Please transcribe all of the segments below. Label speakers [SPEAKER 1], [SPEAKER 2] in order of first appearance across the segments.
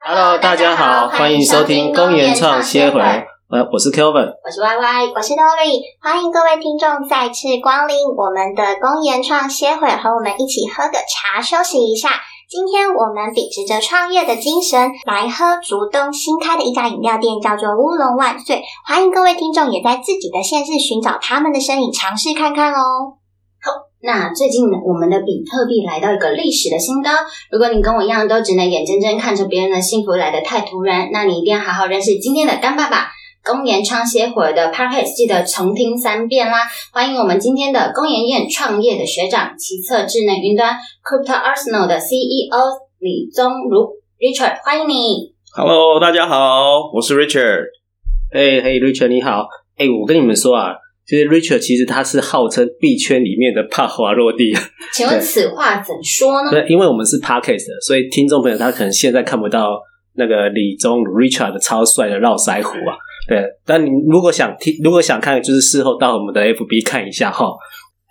[SPEAKER 1] Hello，大家好，欢迎收听《公园创歇回》，呃，我是 Kelvin。
[SPEAKER 2] 我是 Y Y，我是 Lori，欢迎各位听众再次光临我们的公园创歇会，和我们一起喝个茶休息一下。今天我们秉持着创业的精神来喝竹东新开的一家饮料店，叫做乌龙万岁。欢迎各位听众也在自己的县市寻找他们的身影，尝试看看哦。
[SPEAKER 3] 那最近我们的比特币来到一个历史的新高。如果你跟我一样都只能眼睁睁看着别人的幸福来得太突然，那你一定要好好认识今天的干爸爸。公研创协会的 podcast 记得重听三遍啦！欢迎我们今天的公研院创业的学长，奇策智能云端 Crypto Arsenal 的 CEO 李宗儒 Richard，欢迎你！
[SPEAKER 4] Hello，大家好，我是 Richard。
[SPEAKER 1] 嘿嘿，Richard 你好，哎，我跟你们说啊，其实 Richard 其实他是号称币圈里面的帕华落地，
[SPEAKER 3] 请问
[SPEAKER 1] 对
[SPEAKER 3] 此话怎说呢？
[SPEAKER 1] 对，因为我们是 Podcast，的所以听众朋友他可能现在看不到那个李宗儒 Richard 的超帅的络腮胡啊。对，但你如果想听，如果想看，就是事后到我们的 FB 看一下哈。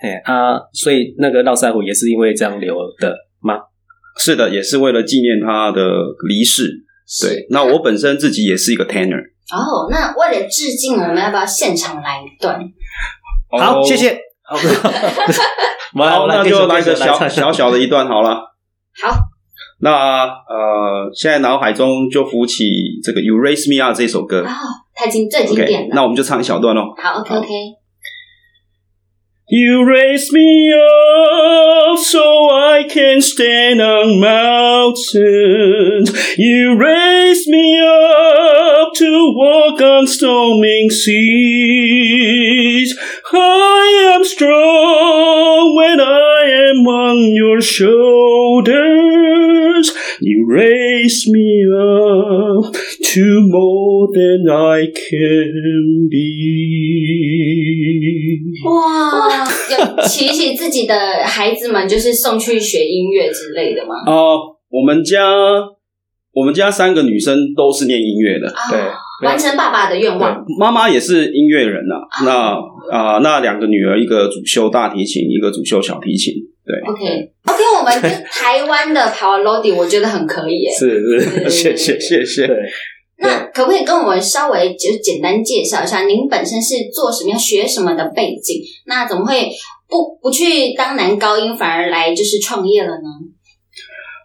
[SPEAKER 1] 哎啊，所以那个络腮胡也是因为这样留的吗？
[SPEAKER 4] 是的，也是为了纪念他的离世。对，那我本身自己也是一个 tenor。
[SPEAKER 3] 哦，那为了致敬，我们要不要现场来一段？
[SPEAKER 1] 好，
[SPEAKER 4] 哦
[SPEAKER 1] 谢。谢。 好，我来，
[SPEAKER 4] 好，
[SPEAKER 1] 我
[SPEAKER 4] 那就来个小小小的
[SPEAKER 1] 一
[SPEAKER 4] 一段好了。
[SPEAKER 3] 好，
[SPEAKER 4] 那呃，现在脑海中就浮起这个《You Raise Me Up》这首歌。
[SPEAKER 1] 啊
[SPEAKER 3] 哦，它已经最经
[SPEAKER 4] OK，
[SPEAKER 3] 典了。
[SPEAKER 4] 那我们就唱一小段喽。
[SPEAKER 3] 好，OK OK。
[SPEAKER 4] You raise me up so I can stand on mountains. You raise me up to walk on storming seas. I am strong when I am on your shoulders. You raise me up to more than I can be.
[SPEAKER 3] 哇，有期许自己的孩子们就是送去学音乐之类的吗？
[SPEAKER 4] 哦、我们家我们家三个女生都是念音乐的，
[SPEAKER 3] 啊
[SPEAKER 1] 对，
[SPEAKER 3] 完成爸爸的愿望。
[SPEAKER 4] 对，妈妈也是音乐人呐、啊那啊、那两个女儿，一个主修大提琴，一个主修小提琴。对，
[SPEAKER 3] OK OK，我们这台湾的 Power Lodi 我觉得很可以耶。
[SPEAKER 1] 是 是，
[SPEAKER 4] 谢谢谢谢。
[SPEAKER 1] 对，
[SPEAKER 3] 那可不可以跟我们稍微就简单介绍一下，您本身是做什么、学什么的背景？那怎么会不不去当男高音，反而来就是创业了呢？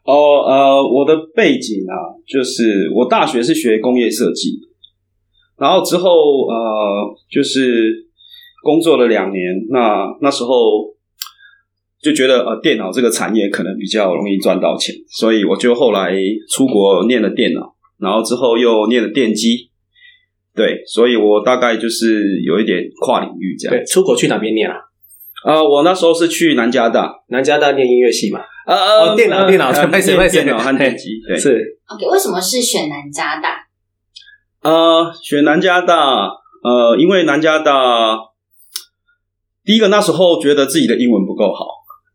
[SPEAKER 4] 哦呃，我的背景啊，就是我大学是学工业设计，然后之后呃，就是工作了两年，那那时候。就觉得呃，电脑这个产业可能比较容易赚到钱，所以我就后来出国念了电脑，然后之后又念了电机，对，所以我大概就是有一点跨领域这样
[SPEAKER 1] 对，。出国去哪边念啊？
[SPEAKER 4] 啊、我那时候是去南加大，
[SPEAKER 1] 南加大念音乐系嘛，
[SPEAKER 4] 呃
[SPEAKER 1] 哦电脑电脑
[SPEAKER 4] 呃
[SPEAKER 1] 拍谁
[SPEAKER 4] 电
[SPEAKER 1] 拍谁
[SPEAKER 4] 电脑和电机，对，
[SPEAKER 1] 是
[SPEAKER 3] OK，为什么是选南加大？
[SPEAKER 4] 呃，选南加大，呃，因为南加大第一个那时候觉得自己的英文不够好，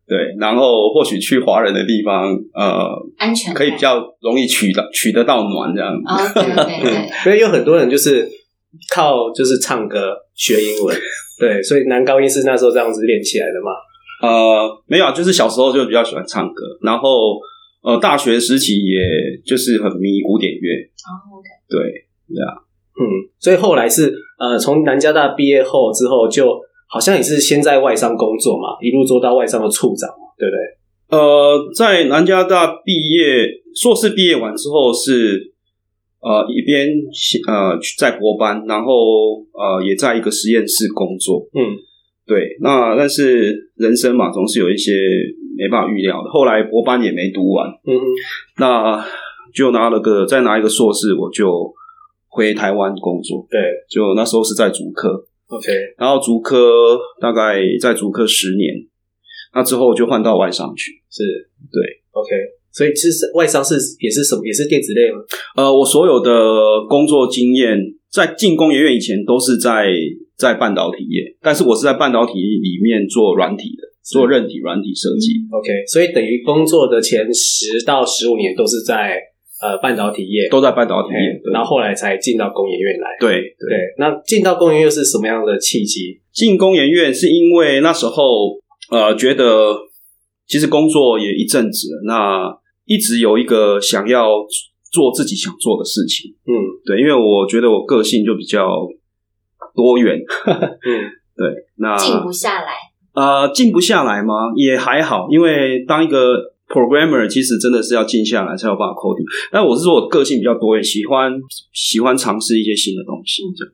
[SPEAKER 4] 对，然后或许去华人的地方，呃，
[SPEAKER 3] 安全感
[SPEAKER 4] 可以比较容易取到取得到暖这样。
[SPEAKER 3] OK OK 对。
[SPEAKER 1] 因为有很多人就是靠就是唱歌学英 文，对，所以男高音是那时候这样子练起来的嘛。
[SPEAKER 4] 呃，没有啊，就是小时候就比较喜欢唱歌，然后呃，大学时期也就是很迷古典乐，
[SPEAKER 3] 哦，OK，
[SPEAKER 4] 对，
[SPEAKER 1] 嗯，所以后来是呃，从南加大毕业后之后，就好像也是先在外商工作嘛，一路做到外商的处长嘛，对不对？
[SPEAKER 4] 呃，在南加大毕业，硕士毕业完之后是呃一边呃在博班，然后呃也在一个实验室工作。
[SPEAKER 1] 嗯，
[SPEAKER 4] 对，那但是人生嘛，总是有一些没办法预料的。后来博班也没读完，
[SPEAKER 1] 嗯哼，
[SPEAKER 4] 那就拿了个再拿一个硕士，我就回台湾工作。
[SPEAKER 1] 对
[SPEAKER 4] 就那时候是在竹科，
[SPEAKER 1] ，OK，
[SPEAKER 4] 然后竹科大概在竹科十年，那之后就换到外商去。
[SPEAKER 1] 是，
[SPEAKER 4] 对
[SPEAKER 1] ，OK，所以其实外商是也是什么，也是电子类吗？
[SPEAKER 4] 呃，我所有的工作经验，在进工研院以前都是在在半导体业，但是我是在半导体里面做软体的，
[SPEAKER 1] 嗯
[SPEAKER 4] 做韧体软体设计。
[SPEAKER 1] OK，所以等于工作的前十到十五年都是在呃半导体业，
[SPEAKER 4] 都在半导体业
[SPEAKER 1] 嗯，然后后来才进到工研院来。
[SPEAKER 4] 对对
[SPEAKER 1] 对，那进到工研院是什么样的契机？
[SPEAKER 4] 进工研院是因为那时候呃觉得其实工作也一阵子了，那一直有一个想要做自己想做的事情。
[SPEAKER 1] 嗯
[SPEAKER 4] 对，因为我觉得我个性就比较多元，
[SPEAKER 1] 嗯
[SPEAKER 4] 对，那
[SPEAKER 3] 静不下来。
[SPEAKER 4] 呃，静不下来吗？也还好，因为当一个 programmer，其实真的是要静下来才有办法 coding。但我是说我个性比较多元，喜欢喜欢尝试一些新的东西。这样，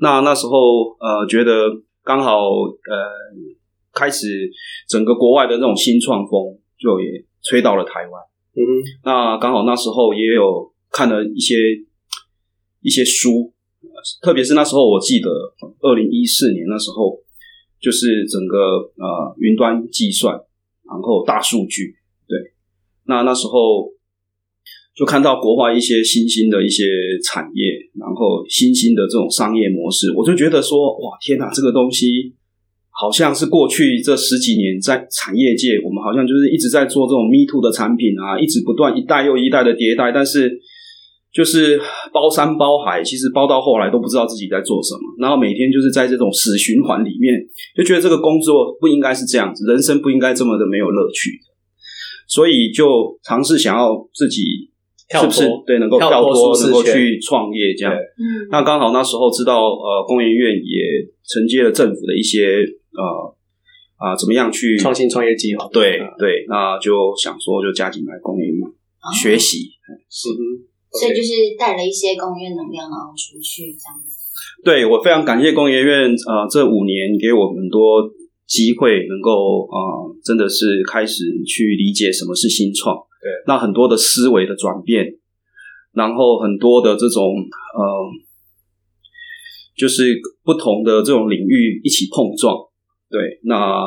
[SPEAKER 4] 那那时候呃，觉得刚好呃，开始整个国外的那种新创风，就也吹到了台湾。
[SPEAKER 1] 嗯
[SPEAKER 4] 那刚好那时候也有看了一些一些书，呃特别是那时候我记得二零一四年那时候，就是整个呃云端计算，然后大数据，对，那那时候就看到国外一些新兴的一些产业，然后新兴的这种商业模式，我就觉得说，哇，天哪，这个东西。好像是过去这十几年在产业界，我们好像就是一直在做这种 Me Too 的产品啊，一直不断一代又一代的迭代，但是就是包山包海，其实包到后来都不知道自己在做什么，然后每天就是在这种死循环里面，就觉得这个工作不应该是这样子，人生不应该这么的没有乐趣，所以就尝试想要自己
[SPEAKER 1] 跳
[SPEAKER 4] 是
[SPEAKER 1] 脱
[SPEAKER 4] 不是对能够
[SPEAKER 1] 跳
[SPEAKER 4] 跳
[SPEAKER 1] 脱
[SPEAKER 4] 脱，
[SPEAKER 1] 舒适
[SPEAKER 4] 能够
[SPEAKER 1] 圈
[SPEAKER 4] 去创业这样
[SPEAKER 1] 对。
[SPEAKER 3] 嗯，
[SPEAKER 4] 那刚好那时候知道，呃，工研院也承接了政府的一些呃啊、怎么样去
[SPEAKER 1] 创新啊创业计划嗯
[SPEAKER 4] 对对，那就想说就加紧来工研院学习。
[SPEAKER 1] 是
[SPEAKER 3] 所以就是带了一些公约能量，然后出去这样子。
[SPEAKER 4] 对我非常感谢工研院，呃，这五年给我们很多机会，能够呃，真的是开始去理解什么是新创。
[SPEAKER 1] 对，
[SPEAKER 4] 那很多的思维的转变，然后很多的这种呃，就是不同的这种领域一起碰撞。对，那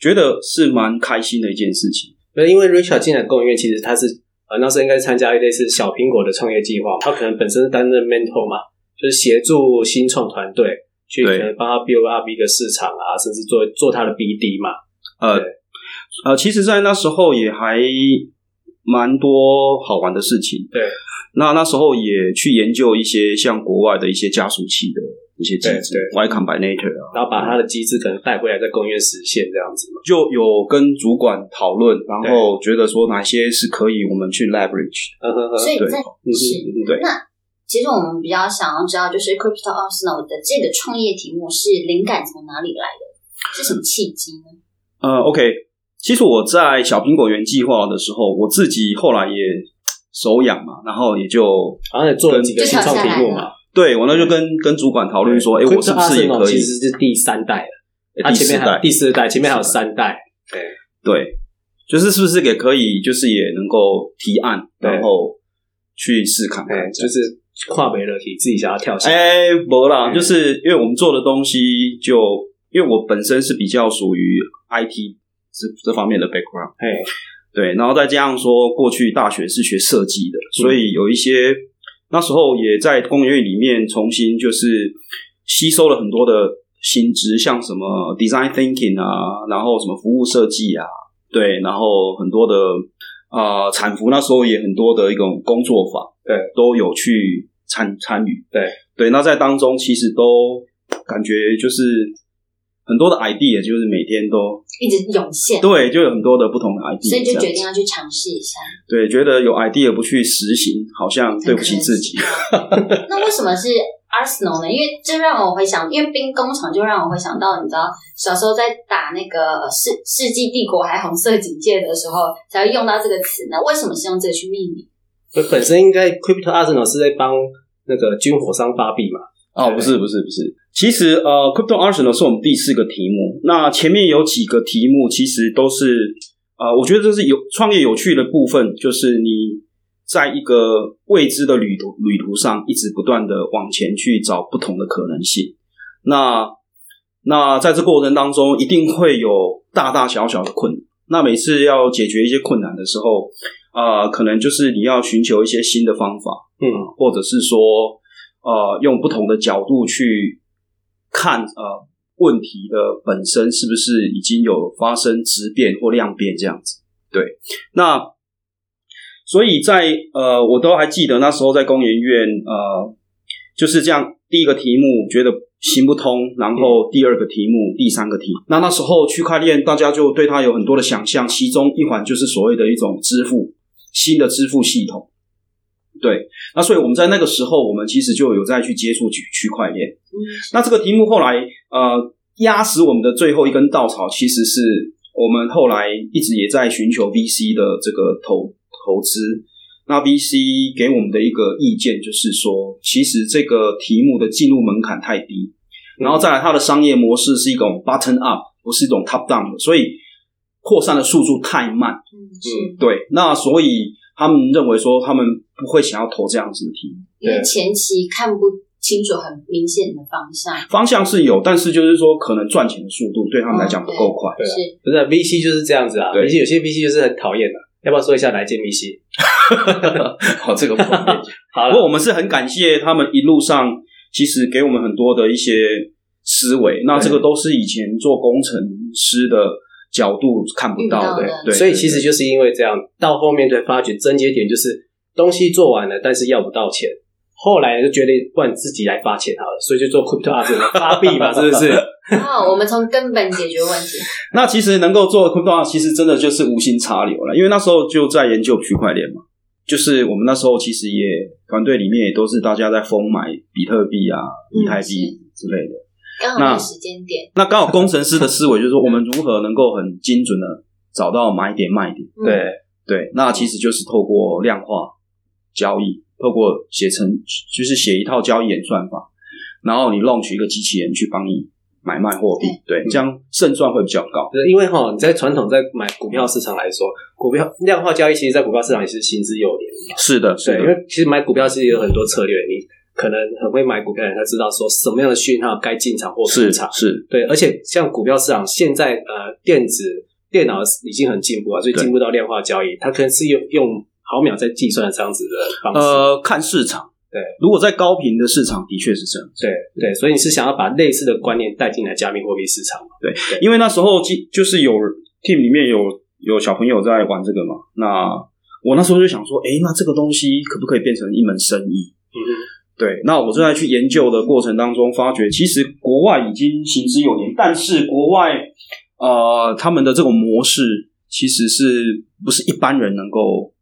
[SPEAKER 4] 觉得是蛮开心的一件事情。
[SPEAKER 1] 对，因为 Richard 进来公园，其实他是呃那时候应该参加类似小苹果的创业计划，他可能本身是担任 mentor 嘛，就是协助新创团队去可
[SPEAKER 4] 对
[SPEAKER 1] 能帮他 build up 一个市场啊，甚至做做他的 BD 嘛。
[SPEAKER 4] 呃
[SPEAKER 1] 对
[SPEAKER 4] 呃，其实，在那时候也还蛮多好玩的事情。
[SPEAKER 1] 对，
[SPEAKER 4] 那那时候也去研究一些像国外的一些加速器的一些机
[SPEAKER 1] 对
[SPEAKER 4] 制，Y Combinator 啊，
[SPEAKER 1] 然后把他的机制可能带回来，在公园实现这样子嘛。
[SPEAKER 4] 就有跟主管讨论，然后觉得说哪些是可以我们去 leverage。
[SPEAKER 1] 呵呵呵，
[SPEAKER 3] 所以
[SPEAKER 4] 呃对
[SPEAKER 3] 在
[SPEAKER 1] 嗯
[SPEAKER 3] 是
[SPEAKER 1] 嗯嗯
[SPEAKER 4] 对，
[SPEAKER 3] 其实我们比较想要知道，就是 Crypto Arsenal 的这个创业题目是灵感从哪里来的？是什么契机呢？
[SPEAKER 4] 呃，OK，其实我在小苹果园计划的时候，我自己后来也手痒嘛，然后也就
[SPEAKER 1] 好像也做了几个
[SPEAKER 3] 就
[SPEAKER 1] 新
[SPEAKER 3] 跳
[SPEAKER 1] 创
[SPEAKER 3] 下
[SPEAKER 1] 题
[SPEAKER 3] 来
[SPEAKER 1] 目
[SPEAKER 3] 了
[SPEAKER 1] 嘛。
[SPEAKER 4] 对我那就跟跟主管讨论说，哎，
[SPEAKER 1] Crypto
[SPEAKER 4] 我是不是也
[SPEAKER 1] Arsenal
[SPEAKER 4] 可以
[SPEAKER 1] 其？实是第三代了，
[SPEAKER 4] 诶
[SPEAKER 1] 他
[SPEAKER 4] 第
[SPEAKER 1] 前
[SPEAKER 4] 四
[SPEAKER 1] 面还
[SPEAKER 4] 代
[SPEAKER 1] 有，第四代，前面还有
[SPEAKER 4] 四代
[SPEAKER 1] 三代。
[SPEAKER 4] 对，就是是不是也可以，就是也能够提案，
[SPEAKER 1] 对
[SPEAKER 4] 然后去试看看
[SPEAKER 1] 哎，，
[SPEAKER 4] 这样
[SPEAKER 1] 就是跨媒乐体，自己想要跳下来。
[SPEAKER 4] 哎，不啦，
[SPEAKER 1] 嗯
[SPEAKER 4] 就是因为我们做的东西就，因为我本身是比较属于 IT 这这方面的 background，
[SPEAKER 1] 哎，
[SPEAKER 4] 对，然后再加上说过去大学是学设计的，所以有一些那时候也在工业里面重新就是吸收了很多的新知，像什么 design thinking 啊，然后什么服务设计啊，对，然后很多的啊、呃产服那时候也很多的一种工作坊，
[SPEAKER 1] 对，
[SPEAKER 4] 都有去参参与，
[SPEAKER 1] 对
[SPEAKER 4] 对，那在当中其实都感觉就是很多的 idea，就是每天都
[SPEAKER 3] 一直涌现，
[SPEAKER 4] 对，就有很多的不同的 idea，
[SPEAKER 3] 所以
[SPEAKER 4] 这
[SPEAKER 3] 就决
[SPEAKER 4] 样子
[SPEAKER 3] 定要去尝试一下。
[SPEAKER 4] 对，觉得有 idea 不去实行，好像对不起自己。
[SPEAKER 3] 那为什么是 Arsenal 呢？因为这让我回想，因为兵工厂就让我回想到，你知道小时候在打那个呃世世纪帝国还红色警戒的时候，才会用到这个词呢。为什么是用这个去命名？
[SPEAKER 1] 我本身应该 Crypto Arsenal 是在帮那个军火商发币嘛，
[SPEAKER 4] 哦，不是，不是，不是。其实呃，Crypto Arsenal 是我们第四个题目。那前面有几个题目其实都是呃，我觉得这是有创业有趣的部分，就是你在一个未知的旅途旅途上，一直不断的往前去找不同的可能性。那那在这过程当中，一定会有大大小小的困难。那每次要解决一些困难的时候，啊、可能就是你要寻求一些新的方法，
[SPEAKER 1] 嗯，
[SPEAKER 4] 或者是说呃用不同的角度去看呃问题的本身是不是已经有发生质变或量变这样子。对，那所以在呃我都还记得那时候在工研院呃就是这样，第一个题目觉得。行不通，然后第二个题目、第三个题目，那那时候区块链大家就对它有很多的想象，其中一环就是所谓的一种支付，新的支付系统。对，那所以我们在那个时候，我们其实就有在去接触区区块链。
[SPEAKER 3] 嗯
[SPEAKER 4] 那这个题目后来呃压死我们的最后一根稻草，其实是我们后来一直也在寻求 VC 的这个投投资。那 VC 给我们的一个意见就是说，其实这个题目的进入门槛太低，然后再来它的商业模式是一种 button up，不是一种 top down 的，所以扩散的速度太慢。
[SPEAKER 3] 嗯，是，
[SPEAKER 4] 对，那所以他们认为说他们不会想要投这样子的题目。
[SPEAKER 3] 因为前期看不清楚很明显的方向，
[SPEAKER 4] 方向是有，但是就是说可能赚钱的速度对他们来讲不够快。
[SPEAKER 1] 对
[SPEAKER 3] 是
[SPEAKER 1] 啊不是啊 VC 就是这样子啊
[SPEAKER 4] 对
[SPEAKER 1] ，VC 有些 VC 就是很讨厌的、要不要说一下哪一间 VC？
[SPEAKER 4] 好，这个不方便讲
[SPEAKER 1] 好
[SPEAKER 4] 不
[SPEAKER 1] 了，
[SPEAKER 4] 过我们是很感谢他们一路上其实给我们很多的一些思维，那这个都是以前做工程师的角度看不到
[SPEAKER 3] 遇
[SPEAKER 4] 的
[SPEAKER 3] 不到的。
[SPEAKER 4] 对，
[SPEAKER 1] 所以其实就是因为这样，到后面才发觉症结点就是东西做完了，但是要不到钱。后来就觉得，不然自己来发钱好了，所以就做 crypto asset 发币 嘛，是不是？
[SPEAKER 3] 哦，我们从根本解决问题。
[SPEAKER 4] 那其实能够做 crypto，其实真的就是无心插柳了，因为那时候就在研究区块链嘛，就是我们那时候其实也团队里面也都是大家在疯买比特币啊、以太币之类的。
[SPEAKER 3] 刚好那个时间点，
[SPEAKER 4] 那刚好工程师的思维就是说，我们如何能够很精准的找到买点卖点？
[SPEAKER 3] 嗯
[SPEAKER 1] 对，
[SPEAKER 4] 对，那其实就是透过量化交易，透过写成就是写一套交易演算法，然后你 launch 一个机器人去帮你买卖货币，对，这样胜算会比较高。
[SPEAKER 1] 因为哈，你在传统在买股票市场来说，股票量化交易其实，在股票市场也是行之有年。
[SPEAKER 4] 是的，是
[SPEAKER 1] 对，因
[SPEAKER 4] 的，
[SPEAKER 1] 为其实买股票其实有很多策略，你可能很会买股票，你才知道说什么样的讯号该进场或出
[SPEAKER 4] 是
[SPEAKER 1] 场。
[SPEAKER 4] 是。
[SPEAKER 1] 对，而且像股票市场现在呃，电子电脑已经很进步啊了，所以
[SPEAKER 4] 对
[SPEAKER 1] 进步到量化交易，它可能是用用毫秒在计算这样子的方式。
[SPEAKER 4] 呃，看市场。
[SPEAKER 1] 对，
[SPEAKER 4] 如果在高频的市场，的确是这样。
[SPEAKER 1] 对对，所以你是想要把类似的观念带进来加密货币市场嘛？
[SPEAKER 4] 因为那时候就就是有 team 里面有有小朋友在玩这个嘛，那我那时候就想说，诶，那这个东西可不可以变成一门生意？
[SPEAKER 1] 嗯哼，
[SPEAKER 4] 对，那我正在去研究的过程当中，发觉其实国外已经行之有年，但是国外呃他们的这种模式其实是不是一般人能够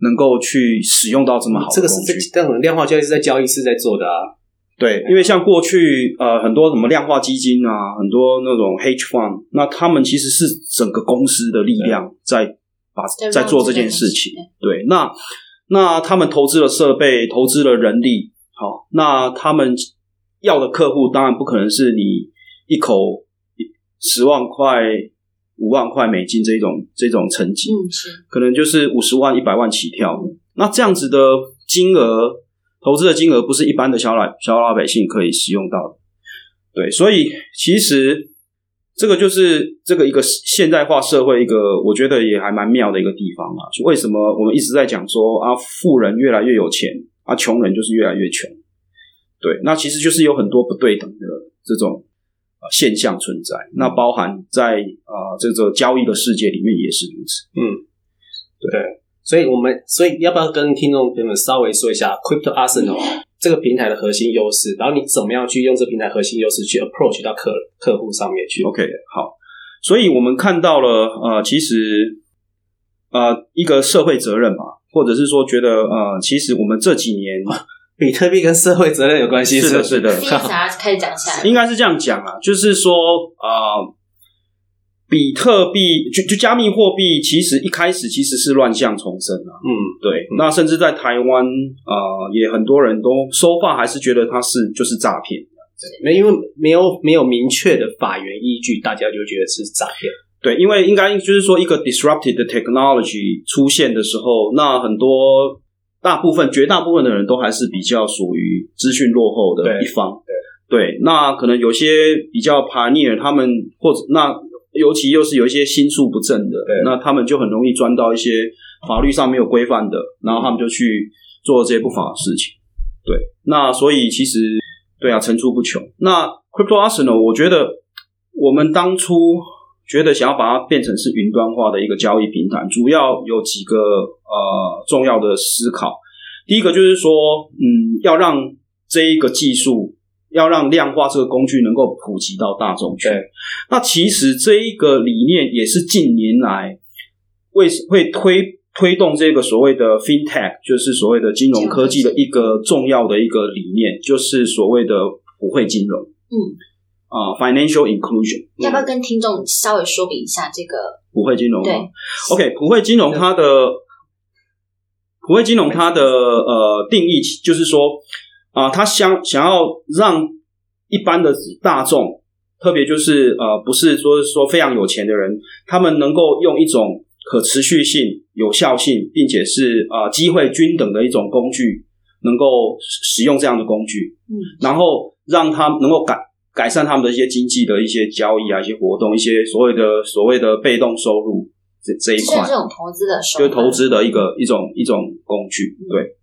[SPEAKER 4] 能够去使用到这么好的
[SPEAKER 1] 嗯这个
[SPEAKER 4] 工
[SPEAKER 1] 是
[SPEAKER 4] 具
[SPEAKER 1] 这这种量化交易是在交易室在做的啊。
[SPEAKER 4] 对，因为像过去呃很多什么量化基金啊，很多那种 hedge fund，那他们其实是整个公司的力量在把
[SPEAKER 3] 在
[SPEAKER 4] 在做
[SPEAKER 3] run
[SPEAKER 4] 这件
[SPEAKER 3] 这件
[SPEAKER 4] 事
[SPEAKER 3] 事
[SPEAKER 4] 情。对，那那他们投资了设备，投资了人力，好、那他们要的客户当然不可能是你一口十万块、五万块美金这一种这种层级，
[SPEAKER 3] 嗯是，
[SPEAKER 4] 可能就是五十万、一百万起跳的。那这样子的金额，投资的金额不是一般的小老小老百姓可以使用到的。对，所以其实这个就是这个一个现代化社会一个，我觉得也还蛮妙的一个地方啊。就为什么我们一直在讲说啊，富人越来越有钱，啊，穷人就是越来越穷。对，那其实就是有很多不对等的这种呃现象存在。那包含在啊、呃这个交易的世界里面也是如此。
[SPEAKER 1] 所以我们所以要不要跟听众朋友们稍微说一下 Crypto Arsenal 这个平台的核心优势，然后你怎么样去用这平台核心优势去 approach 到客客户上面去？
[SPEAKER 4] OK，好，所以我们看到了，呃，其实，呃，一个社会责任吧，或者是说觉得，呃，其实我们这几年
[SPEAKER 1] 比特币跟社会责任有关系，
[SPEAKER 4] 是
[SPEAKER 1] 不
[SPEAKER 4] 的，是的，
[SPEAKER 3] CSR 开始讲起来了，
[SPEAKER 4] 应该是这样讲啊，就是说，呃，比特币就就加密货币，其实一开始其实是乱象丛生啊，
[SPEAKER 1] 嗯，
[SPEAKER 4] 对，那甚至在台湾，呃，也很多人都收发还是觉得它是就是诈骗。
[SPEAKER 1] 没因为没有没有明确的法源依据，大家就觉得是诈骗。
[SPEAKER 4] 对，因为应该就是说，一个 disrupted 的 technology 出现的时候，那很多大部分、绝大部分的人都还是比较属于资讯落后的
[SPEAKER 1] 对
[SPEAKER 4] 一方。对，那可能有些比较 pioneer，他们或者那尤其又是有一些心术不正的
[SPEAKER 1] 对，
[SPEAKER 4] 那他们就很容易钻到一些法律上没有规范的，然后他们就去做这些不法的事情。对，那所以其实对啊，层出不穷。那 Crypto Arsenal，我觉得我们当初觉得想要把它变成是云端化的一个交易平台，主要有几个呃重要的思考。第一个就是说，嗯，要让这一个技术，要让量化这个工具能够普及到大众去。
[SPEAKER 1] 对
[SPEAKER 4] 那其实这一个理念也是近年来为会推推动这个所谓的 FinTech，就是所谓的金融科技的一个重要的一个理念，就是所谓的普惠金融。
[SPEAKER 3] 嗯，
[SPEAKER 4] 啊、f i n a n c i a l Inclusion，嗯
[SPEAKER 3] 要不要跟听众稍微说明一下这个？
[SPEAKER 4] 普惠金融吗
[SPEAKER 3] 对
[SPEAKER 4] ？OK，普惠金融它的普惠金融它的呃定义就是说啊、它想想要让一般的大众，特别就是呃不是说说非常有钱的人，他们能够用一种可持续性、有效性，并且是啊机会均等的一种工具，能够使使用这样的工具。
[SPEAKER 3] 嗯，
[SPEAKER 4] 然后让他们能够改改善他们的一些经济的一些交易啊、一些活动、一些所谓的所谓的被动收入这这一
[SPEAKER 3] 就
[SPEAKER 4] 块
[SPEAKER 3] 是这，种投资的手嗯
[SPEAKER 4] 就是
[SPEAKER 3] 法，
[SPEAKER 4] 投资的一个一种一种工具。对，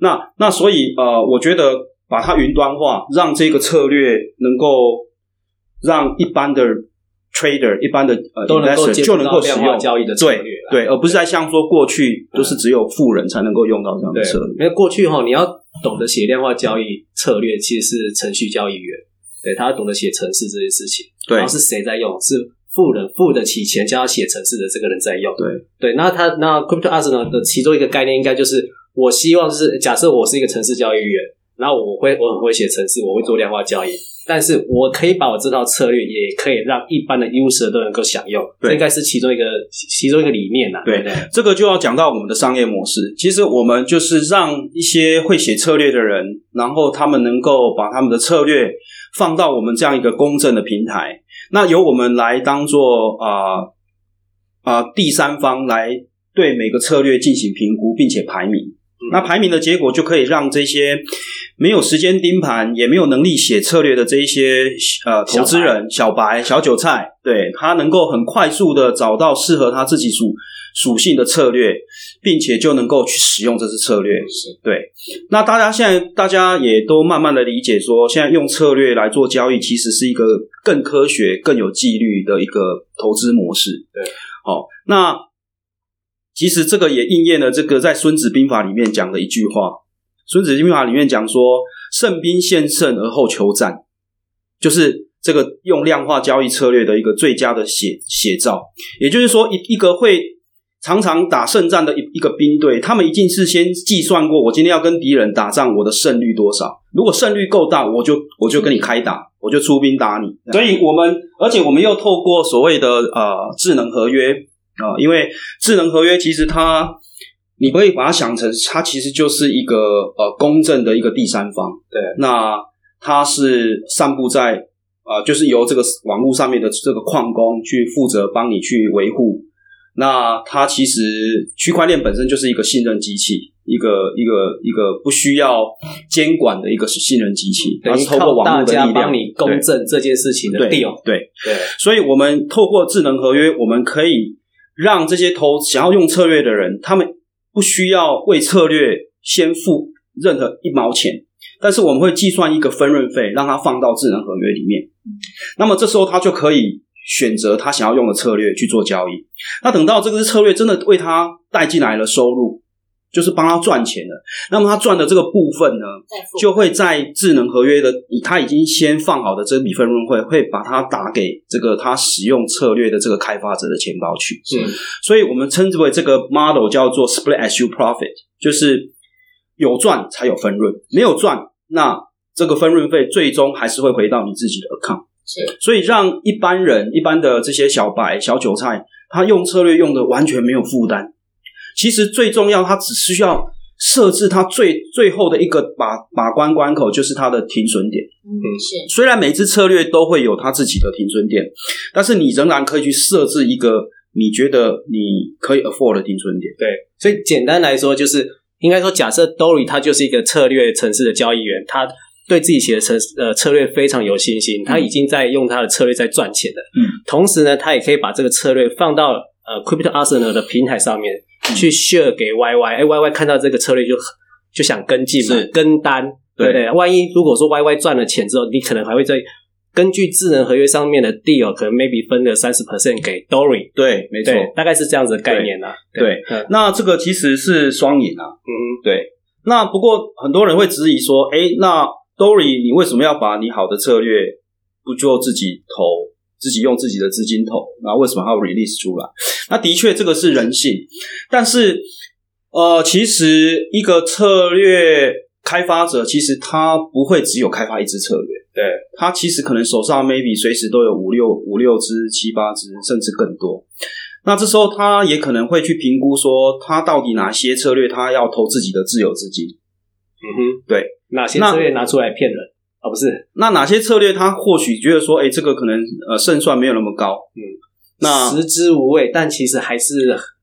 [SPEAKER 4] 那那所以呃，我觉得把它云端化，让这个策略能够让一般的 trader、一般的呃
[SPEAKER 1] 都能够
[SPEAKER 4] investor
[SPEAKER 1] 接
[SPEAKER 4] 就
[SPEAKER 1] 触
[SPEAKER 4] 能
[SPEAKER 1] 到
[SPEAKER 4] 够
[SPEAKER 1] 量
[SPEAKER 4] 使
[SPEAKER 1] 化
[SPEAKER 4] 用
[SPEAKER 1] 交易的策
[SPEAKER 4] 对
[SPEAKER 1] 略啊啦
[SPEAKER 4] 对，而不是在像说过去就是只有富人才能够用到这样的
[SPEAKER 1] 对
[SPEAKER 4] 策略。，
[SPEAKER 1] 因为过去哈，你要懂得写量化交易策略，其实是程序交易员，对他要懂得写程式这些事情。
[SPEAKER 4] 对
[SPEAKER 1] 然后是谁在用？是付了付得起钱叫他写程式的这个人在用。
[SPEAKER 4] 对
[SPEAKER 1] 对，那他那 crypto arts 呢的其中一个概念应该就是，我希望是假设我是一个城市交易员，然后我会我很会写程式，我会做量化交易，但是我可以把我这套策略，也可以让一般的 user 都能够享用。
[SPEAKER 4] 对
[SPEAKER 1] 这应该是其中一个其其中一个理念呐、
[SPEAKER 4] 对
[SPEAKER 1] 对不对？
[SPEAKER 4] 这个就要讲到我们的商业模式。其实我们就是让一些会写策略的人，然后他们能够把他们的策略放到我们这样一个公正的平台，那由我们来当做啊啊第三方来对每个策略进行评估，并且排名。那排名的结果就可以让这些没有时间盯盘、也没有能力写策略的这一些呃投资人、小白、小韭菜，对他能够很快速的找到适合他自己属属性的策略，并且就能够去使用这支策略。
[SPEAKER 3] 是
[SPEAKER 4] 对，那大家现在大家也都慢慢的理解说，现在用策略来做交易，其实是一个更科学、更有纪律的一个投资模式。
[SPEAKER 1] 对，
[SPEAKER 4] 好、那其实这个也应验了这个在《孙子兵法》里面讲的一句话，《孙子兵法》里面讲说：“胜兵先胜而后求战”，就是这个用量化交易策略的一个最佳的写写照。也就是说，一一个会常常打胜战的一一个兵队，他们一定是先计算过，我今天要跟敌人打仗，我的胜率多少？如果胜率够大，我就我就跟你开打，我就出兵打你。所以我们，而且我们又透过所谓的呃智能合约啊、呃因为智能合约其实它。你可以把它想成，它其实就是一个呃公正的一个第三方。
[SPEAKER 1] 对，
[SPEAKER 4] 那它是散布在啊，就是由这个网络上面的这个矿工去负责帮你去维护。那它其实区块链本身就是一个信任机器，一个一个一个不需要监管的一个信任机器，
[SPEAKER 1] 等
[SPEAKER 4] 它
[SPEAKER 1] 于
[SPEAKER 4] 是透过
[SPEAKER 1] 靠
[SPEAKER 4] 网
[SPEAKER 1] 大
[SPEAKER 4] 络的
[SPEAKER 1] 家
[SPEAKER 4] 力量
[SPEAKER 1] 帮你公证这件事情的
[SPEAKER 4] 对
[SPEAKER 1] deal，
[SPEAKER 4] 对，
[SPEAKER 1] 对
[SPEAKER 4] 所以我们透过智能合约，我们可以让这些投想要用策略的人，他们不需要为策略先付任何一毛钱，但是我们会计算一个分润费，让它放到智能合约里面。那么这时候他就可以选择他想要用的策略去做交易。那等到这个策略真的为他带进来了收入，就是帮他赚钱了，那么他赚的这个部分呢，
[SPEAKER 3] 在付
[SPEAKER 4] 就会在智能合约的以他已经先放好的这笔分润会，会把它打给这个他使用策略的这个开发者的钱包去。
[SPEAKER 1] 嗯，
[SPEAKER 4] 所以我们称之为这个 model 叫做 split as you profit，就是有赚才有分润，没有赚那这个分润费最终还是会回到你自己的 account。
[SPEAKER 3] 是
[SPEAKER 4] 所以让一般人、一般的这些小白、小韭菜，他用策略用的完全没有负担。其实最重要，他只是需要设置他最最后的一个把把关关口，就是他的停损点。
[SPEAKER 3] 嗯是
[SPEAKER 4] 虽然每支策略都会有它自己的停损点，但是你仍然可以去设置一个你觉得你可以 afford 的停损点。
[SPEAKER 1] 对，所以简单来说，就是应该说，假设 Dory 他就是一个策略城市的交易员，他对自己写的策呃策略非常有信心，他已经在用他的策略在赚钱了。
[SPEAKER 4] 嗯，
[SPEAKER 1] 同时呢，他也可以把这个策略放到呃 Crypto Arsenal 的平台上面、
[SPEAKER 4] 嗯
[SPEAKER 1] 去 share 给 YY，哎，YY 看到这个策略就很就想跟进嘛
[SPEAKER 4] 是，
[SPEAKER 1] 跟单，对不对？万一如果说 YY 赚了钱之后，你可能还会在。根据智能合约上面的 deal，可能 maybe 分了三十 percent 给 Dory，
[SPEAKER 4] 对，没
[SPEAKER 1] 对，大概是这样子的概念啦、
[SPEAKER 4] 对
[SPEAKER 1] 嗯
[SPEAKER 4] 那这个其实是双赢啊。
[SPEAKER 1] 嗯，
[SPEAKER 4] 对，那不过很多人会质疑说，哎，那 Dory，你为什么要把你好的策略不就自己投自己用自己的资金投，然后为什么还要 release 出来？那的确这个是人性，但是呃，其实一个策略开发者其实他不会只有开发一支策略，
[SPEAKER 5] 对
[SPEAKER 4] 他其实可能手上 maybe 随时都有五六五六支、七八支，甚至更多。那这时候他也可能会去评估说，他到底哪些策略他要投自己的自有资金，
[SPEAKER 1] 嗯哼，
[SPEAKER 4] 对，
[SPEAKER 1] 哪些
[SPEAKER 4] 那
[SPEAKER 1] 策略拿出来骗人啊？不是，
[SPEAKER 4] 那哪些策略他或许觉得说，哎、这个可能呃胜算没有那么高，嗯，那
[SPEAKER 1] 食之无味，但其实还是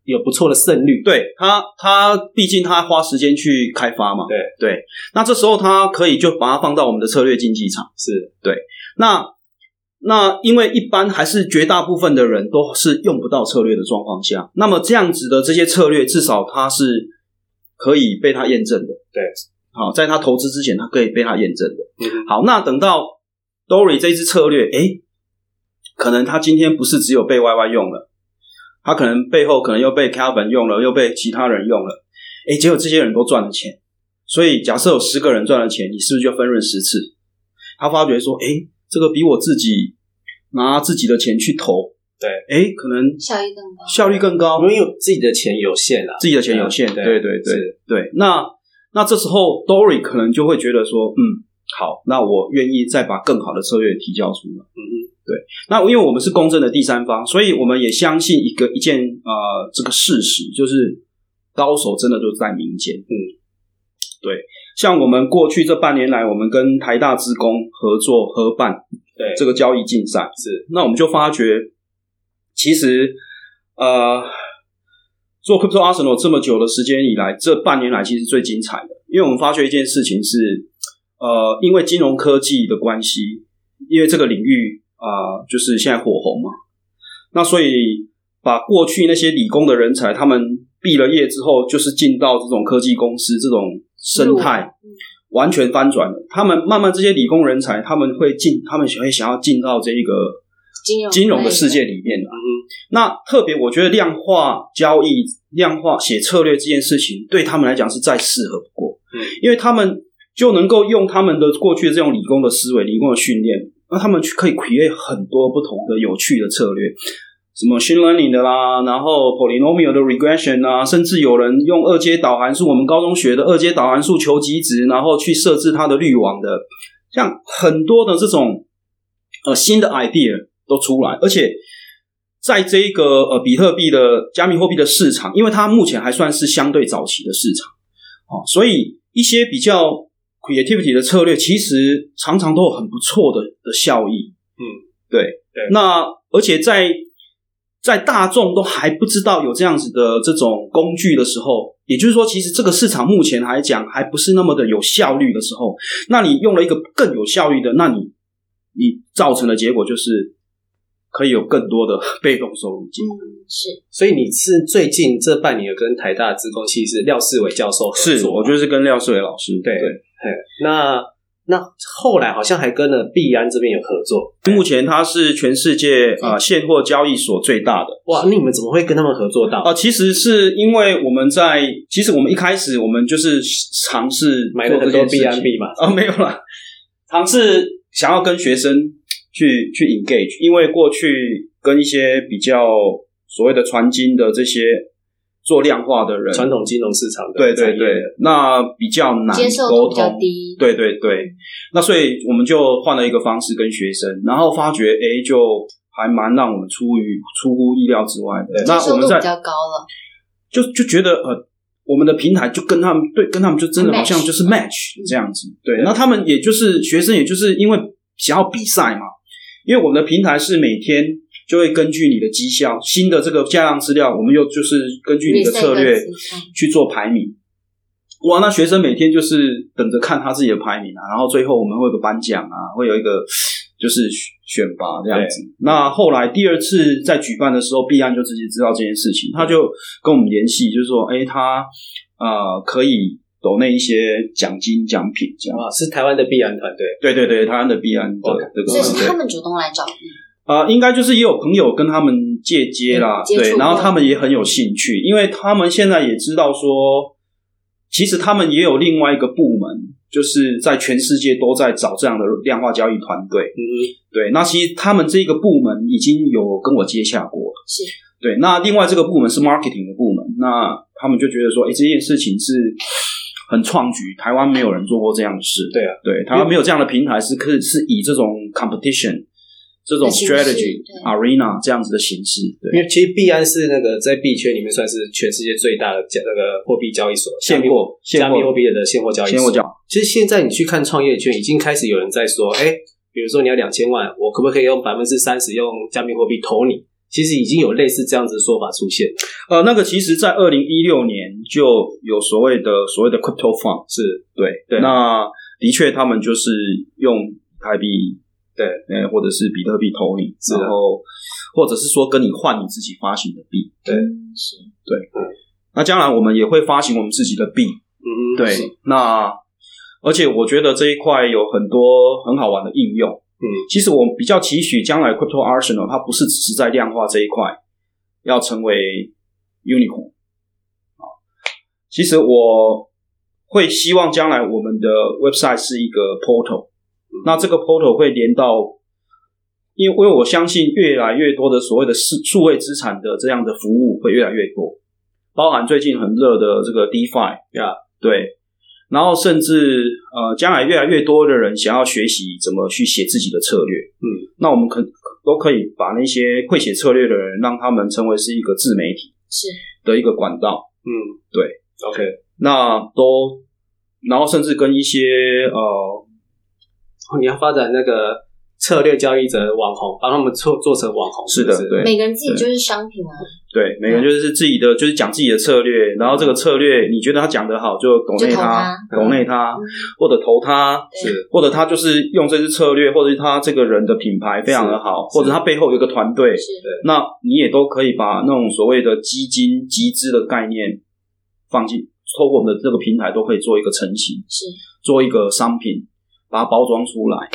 [SPEAKER 1] 有不错的胜率。
[SPEAKER 4] 对他，他毕竟他花时间去开发嘛，
[SPEAKER 1] 对
[SPEAKER 4] 对，那这时候他可以就把它放到我们的策略竞技场，
[SPEAKER 1] 是
[SPEAKER 4] 对，那。那因为一般还是绝大部分的人都是用不到策略的状况下，那么这样子的这些策略，至少它是可以被他验证的。
[SPEAKER 5] 对，
[SPEAKER 4] 好，在他投资之前，他可以被他验证的。
[SPEAKER 1] 嗯哼
[SPEAKER 4] 好，那等到 Dory 这一支策略，诶，可能他今天不是只有被 YY 用了，他可能背后可能又被 Calvin 用了，又被其他人用了，诶，结果这些人都赚了钱。所以假设有十个人赚了钱，你是不是就分润十次？他发觉说，诶，这个比我自己拿自己的钱去投，
[SPEAKER 5] 对，
[SPEAKER 4] 诶，可能
[SPEAKER 3] 效益更高。
[SPEAKER 4] 效率更高，
[SPEAKER 1] 因为有自己的钱有限啊，
[SPEAKER 4] 自己的钱有限，
[SPEAKER 1] 对
[SPEAKER 4] 对对对
[SPEAKER 1] 是
[SPEAKER 4] 对。那那这时候 Dory 可能就会觉得说，嗯，好，那我愿意再把更好的策略提交出来。嗯嗯，对。那因为我们是公正的第三方，所以我们也相信一个一件呃这个事实，就是高手真的就在民间。嗯，对。像我们过去这半年来，我们跟台大职工合作合办
[SPEAKER 5] 对
[SPEAKER 4] 这个交易竞赛，
[SPEAKER 1] 是
[SPEAKER 4] 那我们就发觉，其实呃，做 Crypto Arsenal 这么久的时间以来，这半年来其实最精彩的，因为我们发觉一件事情是，呃，因为金融科技的关系，因为这个领域啊、呃就是现在火红嘛，那所以把过去那些理工的人才，他们毕了业之后，就是进到这种科技公司这种生态。完全翻转了，他们慢慢这些理工人才，他们会进，他们会想要进到这一个
[SPEAKER 3] 金融嗯
[SPEAKER 4] 金融的世界里面啦。那特别，我觉得量化交易、量化写策略这件事情，对他们来讲是再适合不过，
[SPEAKER 5] 嗯
[SPEAKER 4] 因为他们就能够用他们的过去的这种理工的思维、理工的训练，那他们去可以 create 很多不同的有趣的策略。什么 machine learning 的啦，然后 polynomial 的 regression 啊，甚至有人用二阶导函数，我们高中学的二阶导函数求极值，然后去设置它的滤网的，像很多的这种呃新的 idea 都出来，而且在这一个呃比特币的加密货币的市场，因为它目前还算是相对早期的市场，哦，所以一些比较 creativity 的策略，其实常常都有很不错的的效益。
[SPEAKER 5] 嗯，
[SPEAKER 4] 对
[SPEAKER 5] 对
[SPEAKER 4] 那而且在在大众都还不知道有这样子的这种工具的时候，也就是说，其实这个市场目前来讲还不是那么的有效率的时候，那你用了一个更有效率的，那你你造成的结果就是可以有更多的被动收入进来。
[SPEAKER 3] 嗯是
[SPEAKER 1] 所以你是最近这半年有跟台大资工系是廖世伟教授合
[SPEAKER 4] 是，
[SPEAKER 1] 作吗，
[SPEAKER 4] 我就是跟廖世伟老师
[SPEAKER 1] 对
[SPEAKER 4] 对，
[SPEAKER 1] 那那后来好像还跟了必安这边有合作，
[SPEAKER 4] 目前他是全世界啊、呃现货交易所最大的。
[SPEAKER 1] 哇，那你们怎么会跟他们合作到？
[SPEAKER 4] 哦，其实是因为我们在，其实我们一开始我们就是尝试
[SPEAKER 1] 买了
[SPEAKER 4] 做
[SPEAKER 1] 很
[SPEAKER 4] 这
[SPEAKER 1] 多
[SPEAKER 4] 件事
[SPEAKER 1] 必
[SPEAKER 4] 情
[SPEAKER 1] 安币嘛，
[SPEAKER 4] 啊、没有啦，尝试想要跟学生去去 engage，因为过去跟一些比较所谓的传经的这些做量化的人，
[SPEAKER 1] 传统金融市场的
[SPEAKER 4] 对对
[SPEAKER 1] 产业
[SPEAKER 4] 对，那比较难
[SPEAKER 3] 接受
[SPEAKER 4] 沟
[SPEAKER 3] 度比较
[SPEAKER 4] 通，
[SPEAKER 3] 低，
[SPEAKER 4] 对对对，那所以我们就换了一个方式跟学生，然后发觉诶，就还蛮让我们出于出乎意料之外的。那
[SPEAKER 3] 接
[SPEAKER 4] 我
[SPEAKER 3] 受
[SPEAKER 4] 们
[SPEAKER 3] 度
[SPEAKER 4] 在
[SPEAKER 3] 比较高了，
[SPEAKER 4] 就就觉得呃，我们的平台就跟他们对，跟他们就真的
[SPEAKER 3] Match
[SPEAKER 4] 好像就是 match 这样子。对，那他们也就是学生，也就是因为想要比赛嘛，因为我们的平台是每天就会根据你的绩效、新的这个价量资料，我们又就是根据你的
[SPEAKER 3] Reset
[SPEAKER 4] 策略
[SPEAKER 3] 跟资产
[SPEAKER 4] 去做排名。哇，那学生每天就是等着看他自己的排名啊，然后最后我们会有个颁奖啊，会有一个就是选选拔这样子。那后来第二次在举办的时候，必安就直接知道这件事情，他就跟我们联系，就是说，哎、他呃可以抖那一些奖金奖品这样。
[SPEAKER 1] 啊，是台湾的必安团队，
[SPEAKER 4] 对对对，台湾的必安的
[SPEAKER 1] 哇
[SPEAKER 4] 这个
[SPEAKER 3] 所以哦是
[SPEAKER 4] 对
[SPEAKER 3] 他们主动来找你，
[SPEAKER 4] 啊，应该就是也有朋友跟他们借接啦
[SPEAKER 3] 嗯，接触
[SPEAKER 4] 对，然后
[SPEAKER 3] 过
[SPEAKER 4] 他们也很有兴趣，因为他们现在也知道说，其实他们也有另外一个部门，就是在全世界都在找这样的量化交易团队。
[SPEAKER 1] 嗯，
[SPEAKER 4] 对，那其实他们这个部门已经有跟我接洽过了。
[SPEAKER 3] 是
[SPEAKER 4] 对，那另外这个部门是 marketing 的部门，那他们就觉得说，哎、这件事情是很创举，台湾没有人做过这样的事。
[SPEAKER 1] 对啊，
[SPEAKER 4] 对，台湾没有这样的平台是可以是以这种 competition 这种
[SPEAKER 3] 的形式
[SPEAKER 4] strategy
[SPEAKER 3] 对
[SPEAKER 4] arena 这样子的形式。对，啊
[SPEAKER 1] 因为其实币安是那个在币圈里面算是全世界最大的交那个货币交易所，
[SPEAKER 4] 现货
[SPEAKER 1] 加
[SPEAKER 4] 现货
[SPEAKER 1] 密货币的现货交
[SPEAKER 4] 先
[SPEAKER 1] 易所。
[SPEAKER 4] 我讲，
[SPEAKER 1] 其实现在你去看创业圈，已经开始有人在说，哎，比如说你要两千万，我可不可以用百分之三十用加密货币投你？其实已经有类似这样子的说法出现，
[SPEAKER 4] 呃，那个其实，在二零一六年就有所谓的所谓的 crypto fund，
[SPEAKER 1] 是
[SPEAKER 4] 对
[SPEAKER 1] 对
[SPEAKER 4] 那的确他们就是用台币，
[SPEAKER 1] 对
[SPEAKER 4] 呃，或者是比特币投你，
[SPEAKER 1] 是啊
[SPEAKER 4] 然后或者是说跟你换你自己发行的币。
[SPEAKER 1] 对
[SPEAKER 3] 是
[SPEAKER 4] 那将然我们也会发行我们自己的币，
[SPEAKER 1] 嗯，
[SPEAKER 4] 对，那而且我觉得这一块有很多很好玩的应用。
[SPEAKER 1] 嗯，
[SPEAKER 4] 其实我比较期许将来 Crypto Arsenal 它不是只是在量化这一块，要成为 unicorn 啊。其实我会希望将来我们的 website 是一个 portal，那这个 portal 会连到。因为因为我相信越来越多的所谓的数数位资产的这样的服务会越来越多，包含最近很热的这个 DeFi，对，然后甚至呃，将来越来越多的人想要学习怎么去写自己的策略，
[SPEAKER 1] 嗯，
[SPEAKER 4] 那我们可都可以把那些会写策略的人，让他们成为是一个自媒体
[SPEAKER 3] 是
[SPEAKER 4] 的一个管道，
[SPEAKER 1] 嗯，
[SPEAKER 4] 对
[SPEAKER 1] ，OK，
[SPEAKER 4] 那都，然后甚至跟一些呃，
[SPEAKER 1] 哦你要发展那个策略交易者网红，帮他们做做成网红，
[SPEAKER 4] 是
[SPEAKER 1] 不
[SPEAKER 4] 的，
[SPEAKER 1] 是，
[SPEAKER 4] 对
[SPEAKER 3] 每个人自己就是商品啊，
[SPEAKER 4] 对，每个人就是自己的，就是讲自己的策略，然后这个策略你觉得他讲得好，就懂内
[SPEAKER 3] 就投他
[SPEAKER 4] 懂内他
[SPEAKER 3] 嗯，
[SPEAKER 4] 或者投他，
[SPEAKER 3] 对
[SPEAKER 1] 是
[SPEAKER 4] 或者他就是用这支策略，或者是他这个人的品牌非常的好，
[SPEAKER 1] 是
[SPEAKER 4] 或者他背后有一个团队，
[SPEAKER 3] 是
[SPEAKER 4] 那你也都可以把那种所谓的基金集资的概念放进，透过我们的这个平台都可以做一个成型，
[SPEAKER 3] 是。
[SPEAKER 4] 做一个商品，把它包装出来。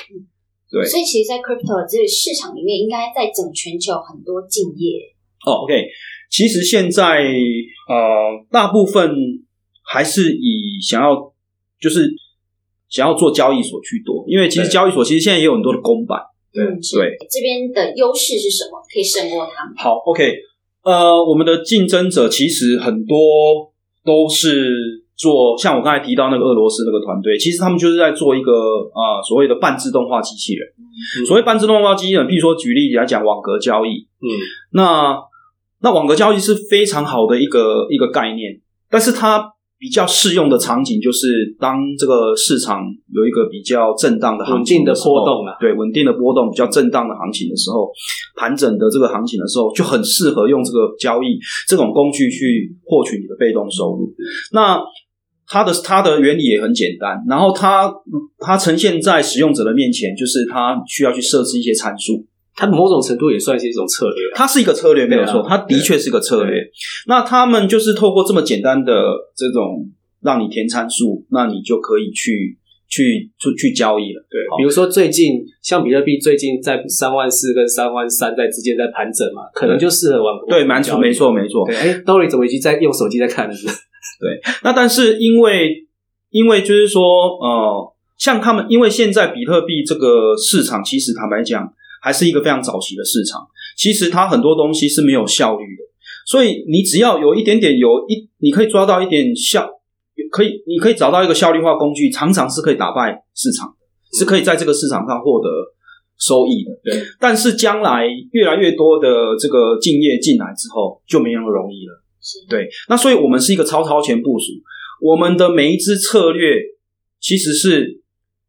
[SPEAKER 4] 对
[SPEAKER 3] 所以其实，在 crypto 这个市场里面，应该在整全球很多竞业，
[SPEAKER 4] 哦，OK，其实现在呃，大部分还是以想要就是想要做交易所居多，因为其实
[SPEAKER 1] 对
[SPEAKER 4] 交易所其实现在也有很多的公版。
[SPEAKER 1] 对
[SPEAKER 3] 嗯，是
[SPEAKER 4] 对，
[SPEAKER 3] 这边的优势是什么？可以胜过他们？
[SPEAKER 4] 好，OK，呃，我们的竞争者其实很多都是做像我刚才提到那个俄罗斯那个团队，其实他们就是在做一个啊、呃所谓的半自动化机器人。
[SPEAKER 1] 嗯
[SPEAKER 4] 所谓半自动化机器人，譬如说举例来讲，网格交易，
[SPEAKER 1] 嗯，
[SPEAKER 4] 那那网格交易是非常好的一个一个概念，但是它比较适用的场景就是当这个市场有一个比较震荡的行情
[SPEAKER 1] 稳定的
[SPEAKER 4] 时候
[SPEAKER 1] 波动啊
[SPEAKER 4] 对稳定的波动比较震荡的行情的时候，盘整的这个行情的时候，就很适合用这个交易这种工具去获取你的被动收入。那它的它的原理也很简单，然后它它呈现在使用者的面前，就是它需要去设置一些参数，
[SPEAKER 1] 它某种程度也算是一种策略啊，
[SPEAKER 4] 它是一个策略，没
[SPEAKER 1] 对啊
[SPEAKER 4] 有错，它的确是个策略。那他们就是透过这么简单的这种让你填参数，那你就可以去去去去交易了。
[SPEAKER 1] 对，比如说最近像比特币最近在三万四跟三万三在之间在盘整嘛，可能就适合玩
[SPEAKER 4] 对，蛮错，没。错，没错。
[SPEAKER 1] 对，哎，Dory 怎么已经在用手机在看了？是不是
[SPEAKER 4] 那但是因为因为就是说，呃，像他们，因为现在比特币这个市场，其实坦白讲，还是一个非常早期的市场，其实它很多东西是没有效率的，所以你只要有一点点有一，你可以抓到一点效，可以你可以找到一个效率化工具，常常是可以打败市场的，是可以在这个市场上获得。收益的，
[SPEAKER 1] 对。
[SPEAKER 4] 但是将来越来越多的这个竞业进来之后，就没那么容易了。
[SPEAKER 3] 是
[SPEAKER 4] 对，那所以我们是一个超超前部署，我们的每一支策略其实是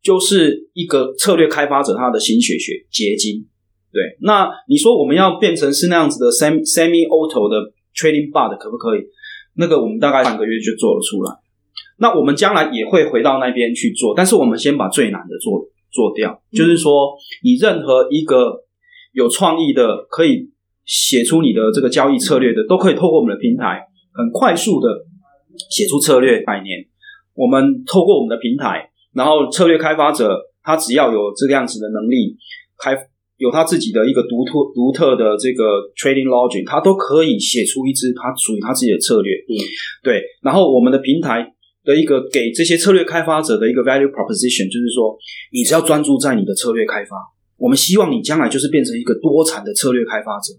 [SPEAKER 4] 就是一个策略开发者他的心血血结晶。对，那你说我们要变成是那样子的 semi semi auto 的 trading bot 可不可以？那个我们大概半个月就做了出来。那我们将来也会回到那边去做，但是我们先把最难的做做掉，就是说你任何一个有创意的，可以写出你的这个交易策略的，都可以透过我们的平台，很快速的写出策略概念。我们透过我们的平台，然后策略开发者他只要有这个样子的能力，开有他自己的一个独特独特的这个 trading logic，他都可以写出一支他属于他自己的策略。
[SPEAKER 1] 嗯，
[SPEAKER 4] 对。然后我们的平台的一个给这些策略开发者的一个 value proposition，就是说，你只要专注在你的策略开发，我们希望你将来就是变成一个多产的策略开发者。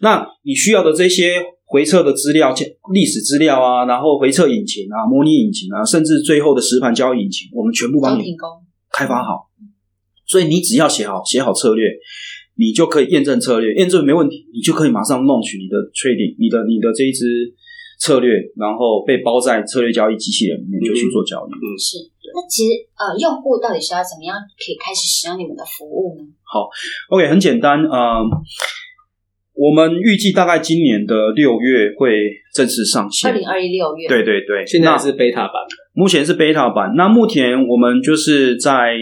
[SPEAKER 4] 那你需要的这些回测的资料、历史资料啊，然后回测引擎啊、模拟引擎啊，甚至最后的实盘交易引擎，我们全部帮
[SPEAKER 3] 都
[SPEAKER 4] 你
[SPEAKER 3] 提供。
[SPEAKER 4] 开发好。所以你只要写好写好策略，你就可以验证策略，验证没问题，你就可以马上 launch 你的 trading，你的你的这一支策略，然后被包在策略交易机器人里面就去做交易。
[SPEAKER 3] 嗯那其实呃，用户到底是要怎么样可以开始使用你们的服务呢？
[SPEAKER 4] OK，很简单，呃，我们预计大概今年的六月会正式上
[SPEAKER 3] 二
[SPEAKER 4] 线。
[SPEAKER 3] 零二一六月，
[SPEAKER 4] 对对对，
[SPEAKER 1] 现在
[SPEAKER 4] 那
[SPEAKER 1] 是 beta 版的，
[SPEAKER 4] 目前是 beta 版。那目前我们就是在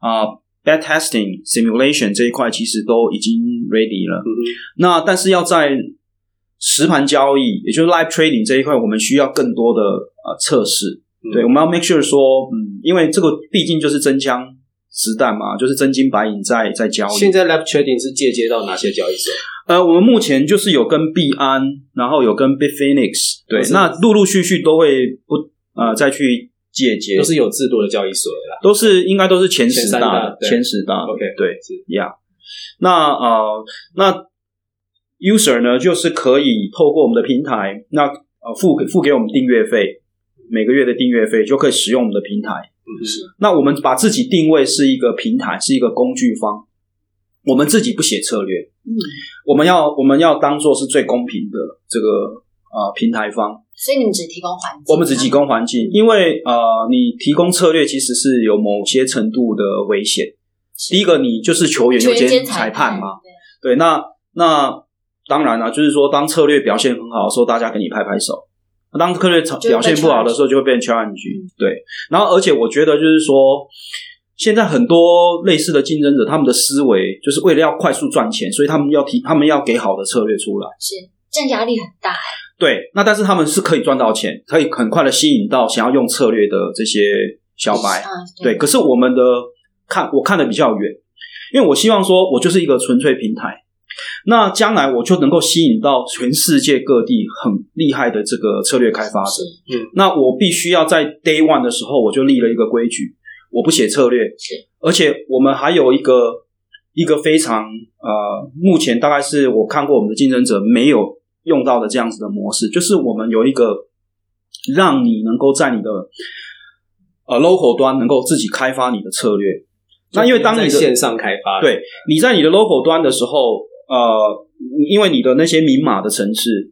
[SPEAKER 4] 啊、呃 back testing simulation 这一块，其实都已经 ready 了。那但是要在实盘交易，也就是 live trading 这一块，我们需要更多的呃测试。
[SPEAKER 1] 嗯
[SPEAKER 4] 对，我们要 make sure 说，嗯，因为这个毕竟就是真枪实弹嘛，就是真金白银在在交易。
[SPEAKER 1] 现在 Lab Trading 是借接到哪些交易所？
[SPEAKER 4] 呃，我们目前就是有跟币安，然后有跟 Bitfinex，对
[SPEAKER 1] 都，是
[SPEAKER 4] 那陆陆续续都会不呃再去借接，
[SPEAKER 1] 都是有制度的交易所的啦。
[SPEAKER 4] 都是应该都是前十
[SPEAKER 1] 前三大
[SPEAKER 4] 大的
[SPEAKER 1] 对
[SPEAKER 4] 前十大的
[SPEAKER 1] OK，
[SPEAKER 4] 啊对
[SPEAKER 1] 是
[SPEAKER 4] 呀。那呃，那 user 呢，就是可以透过我们的平台，那呃付付给我们订阅费，每个月的订阅费就可以使用我们的平台。那我们把自己定位是一个平台，是一个工具方，我们自己不写策略，
[SPEAKER 3] 嗯，
[SPEAKER 4] 我们要我们要当做是最公平的这个呃平台方，
[SPEAKER 3] 所以你们只提供环境，
[SPEAKER 4] 我们只提供环境，因为呃你提供策略其实是有某些程度的危险。第一个，你就是球员又
[SPEAKER 3] 全
[SPEAKER 4] 兼
[SPEAKER 3] 间
[SPEAKER 4] 裁判
[SPEAKER 3] 判
[SPEAKER 4] 嘛，，对，那那当然啦、就是说当策略表现很好的时候，大家给你拍拍手；那当策略表
[SPEAKER 3] 就会被嗯
[SPEAKER 4] 表现不好的时候，就会变 challenge。对，然后而且我觉得就是说，现在很多类似的竞争者，他们的思维就是为了要快速赚钱，所以他们要提，他们要给好的策略出来。
[SPEAKER 3] 是正压力很大，
[SPEAKER 4] 对，那但是他们是可以赚到钱，可以很快的吸引到想要用策略的这些小白。
[SPEAKER 3] 嗯，
[SPEAKER 4] 对，可是我们的看我看的比较远，因为我希望说我就是一个纯粹平台，那将来我就能够吸引到全世界各地很厉害的这个策略开发者。
[SPEAKER 3] 是
[SPEAKER 4] 那我必须要在 day one 的时候我就立了一个规矩，我不写策略，而且我们还有一个一个非常呃，目前大概是我看过我们的竞争者没有用到的这样子的模式，就是我们有一个让你能够在你的呃 local 端能够自己开发你的策略。那因为当你
[SPEAKER 1] 在
[SPEAKER 4] 的
[SPEAKER 1] 线上开发，
[SPEAKER 4] 对，你在你的 local 端的时候，呃，因为你的那些明码的城市，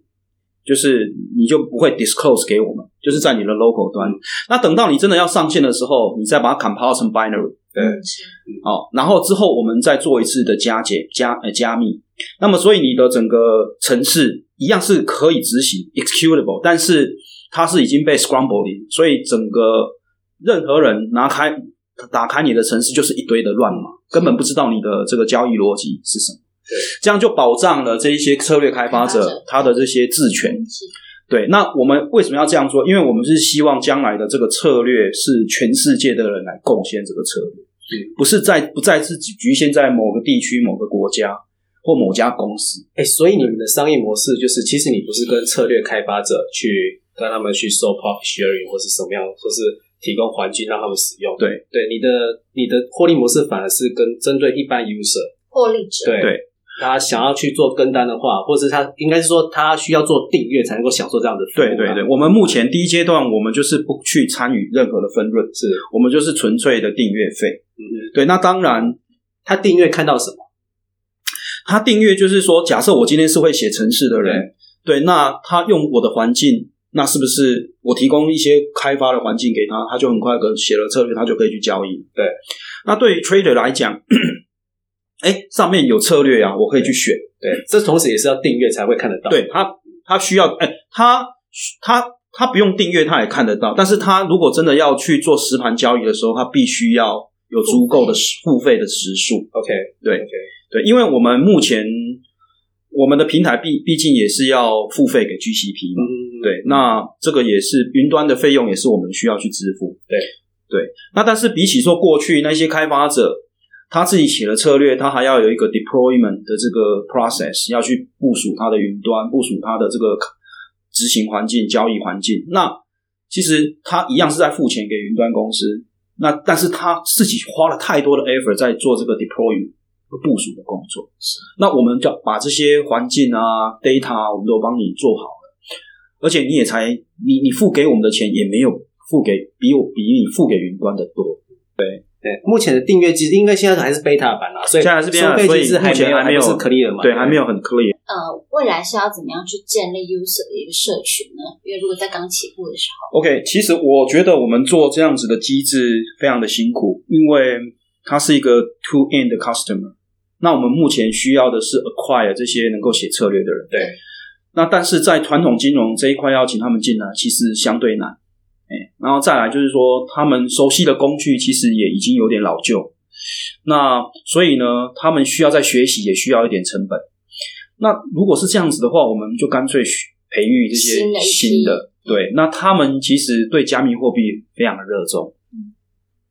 [SPEAKER 4] 就是你就不会 disclose 给我们，就是在你的 local 端。那等到你真的要上线的时候，你再把它 compile 成 binary，
[SPEAKER 1] 对
[SPEAKER 3] 嗯是
[SPEAKER 4] 好、哦然后之后我们再做一次的加解加呃加密。那么，所以你的整个城市一样是可以执行 executable，但是它是已经被 scrambled，in，所以整个任何人拿开打开你的城市就是一堆的乱码，根本不知道你的这个交易逻辑是什么。
[SPEAKER 1] 对，
[SPEAKER 4] 这样就保障了这一些策略开发
[SPEAKER 3] 开发
[SPEAKER 4] 者
[SPEAKER 3] 者
[SPEAKER 4] 他的这些自权。
[SPEAKER 3] 是
[SPEAKER 4] 对，那我们为什么要这样做？因为我们是希望将来的这个策略是全世界的人来贡献这个策略，不是在不再是局限在某个地区、某个国家或某家公司。
[SPEAKER 1] 哎、所以你们的商业模式就是，其实你不是跟策略开发者去跟他们去收 profit sharing 或是什么样，或是提供环境让他们使用。
[SPEAKER 4] 对
[SPEAKER 1] 对，你的你的获利模式反而是跟针对一般 user，
[SPEAKER 3] 获利者，
[SPEAKER 1] 对
[SPEAKER 4] 对
[SPEAKER 1] 他想要去做跟单的话，或是他应该是说他需要做订阅才能够享受这样的服
[SPEAKER 4] 对
[SPEAKER 1] 务、
[SPEAKER 4] 对对，，我们目前第一阶段，我们就是不去参与任何的分润，
[SPEAKER 1] 是，
[SPEAKER 4] 我们就是纯粹的订阅费。
[SPEAKER 1] 嗯，
[SPEAKER 4] 对，那当然，
[SPEAKER 1] 他订阅看到什么？
[SPEAKER 4] 他订阅就是说，假设我今天是会写程式的人，对，那他用我的环境，那是不是我提供一些开发的环境给他，他就很快的写了策略，他就可以去交易？
[SPEAKER 1] 对。
[SPEAKER 4] 那对于 trader 来讲， 哎，上面有策略啊，我可以去选。
[SPEAKER 1] 对，这同时也是要订阅才会看得到。
[SPEAKER 4] 对他，他需要，哎，他他他不用订阅，他也看得到。但是他如果真的要去做实盘交易的时候，他必须要有足够的时付费的时数。
[SPEAKER 1] ，OK，
[SPEAKER 4] 对
[SPEAKER 1] OK
[SPEAKER 4] 对，因为我们目前我们的平台毕毕竟也是要付费给 GCP 嘛，
[SPEAKER 1] 嗯，
[SPEAKER 4] 对，那这个也是云端的费用，也是我们需要去支付。
[SPEAKER 1] 对
[SPEAKER 4] 对，那但是比起说过去那些开发者，他自己写了策略，他还要有一个 deployment 的这个 process，要去部署他的云端，部署他的这个执行环境、交易环境。那其实他一样是在付钱给云端公司，那但是他自己花了太多的 effort 在做这个 deploy 和部署的工作。那我们就把这些环境啊、data 啊我们都帮你做好了，而且你也才你你付给我们的钱也没有付给比我比你付给云端的多。
[SPEAKER 1] 对，目前的订阅机制，因为现在还是 beta 版啦，所以
[SPEAKER 4] 现在还是 beta
[SPEAKER 1] 收费机制还
[SPEAKER 4] 所以目
[SPEAKER 1] 没
[SPEAKER 4] 前
[SPEAKER 1] 有，
[SPEAKER 4] 还没有
[SPEAKER 1] 是 clear 嘛？
[SPEAKER 4] 对，还没有很 clear。
[SPEAKER 3] 呃，未来是要怎么样去建立 user 的一个社群呢？因为如果在刚起步的时候，
[SPEAKER 4] OK，其实我觉得我们做这样子的机制非常的辛苦，因为它是一个 to end customer。那我们目前需要的是 acquire 这些能够写策略的人。
[SPEAKER 1] 对。
[SPEAKER 4] 那但是在传统金融这一块要请他们进来，其实相对难。哎、然后再来就是说，他们熟悉的工具其实也已经有点老旧。那所以呢，他们需要在学习，也需要一点成本。那如果是这样子的话，我们就干脆学培育这些
[SPEAKER 3] 新的一批嗯
[SPEAKER 4] 新的，对，那他们其实对加密货币非常的热衷，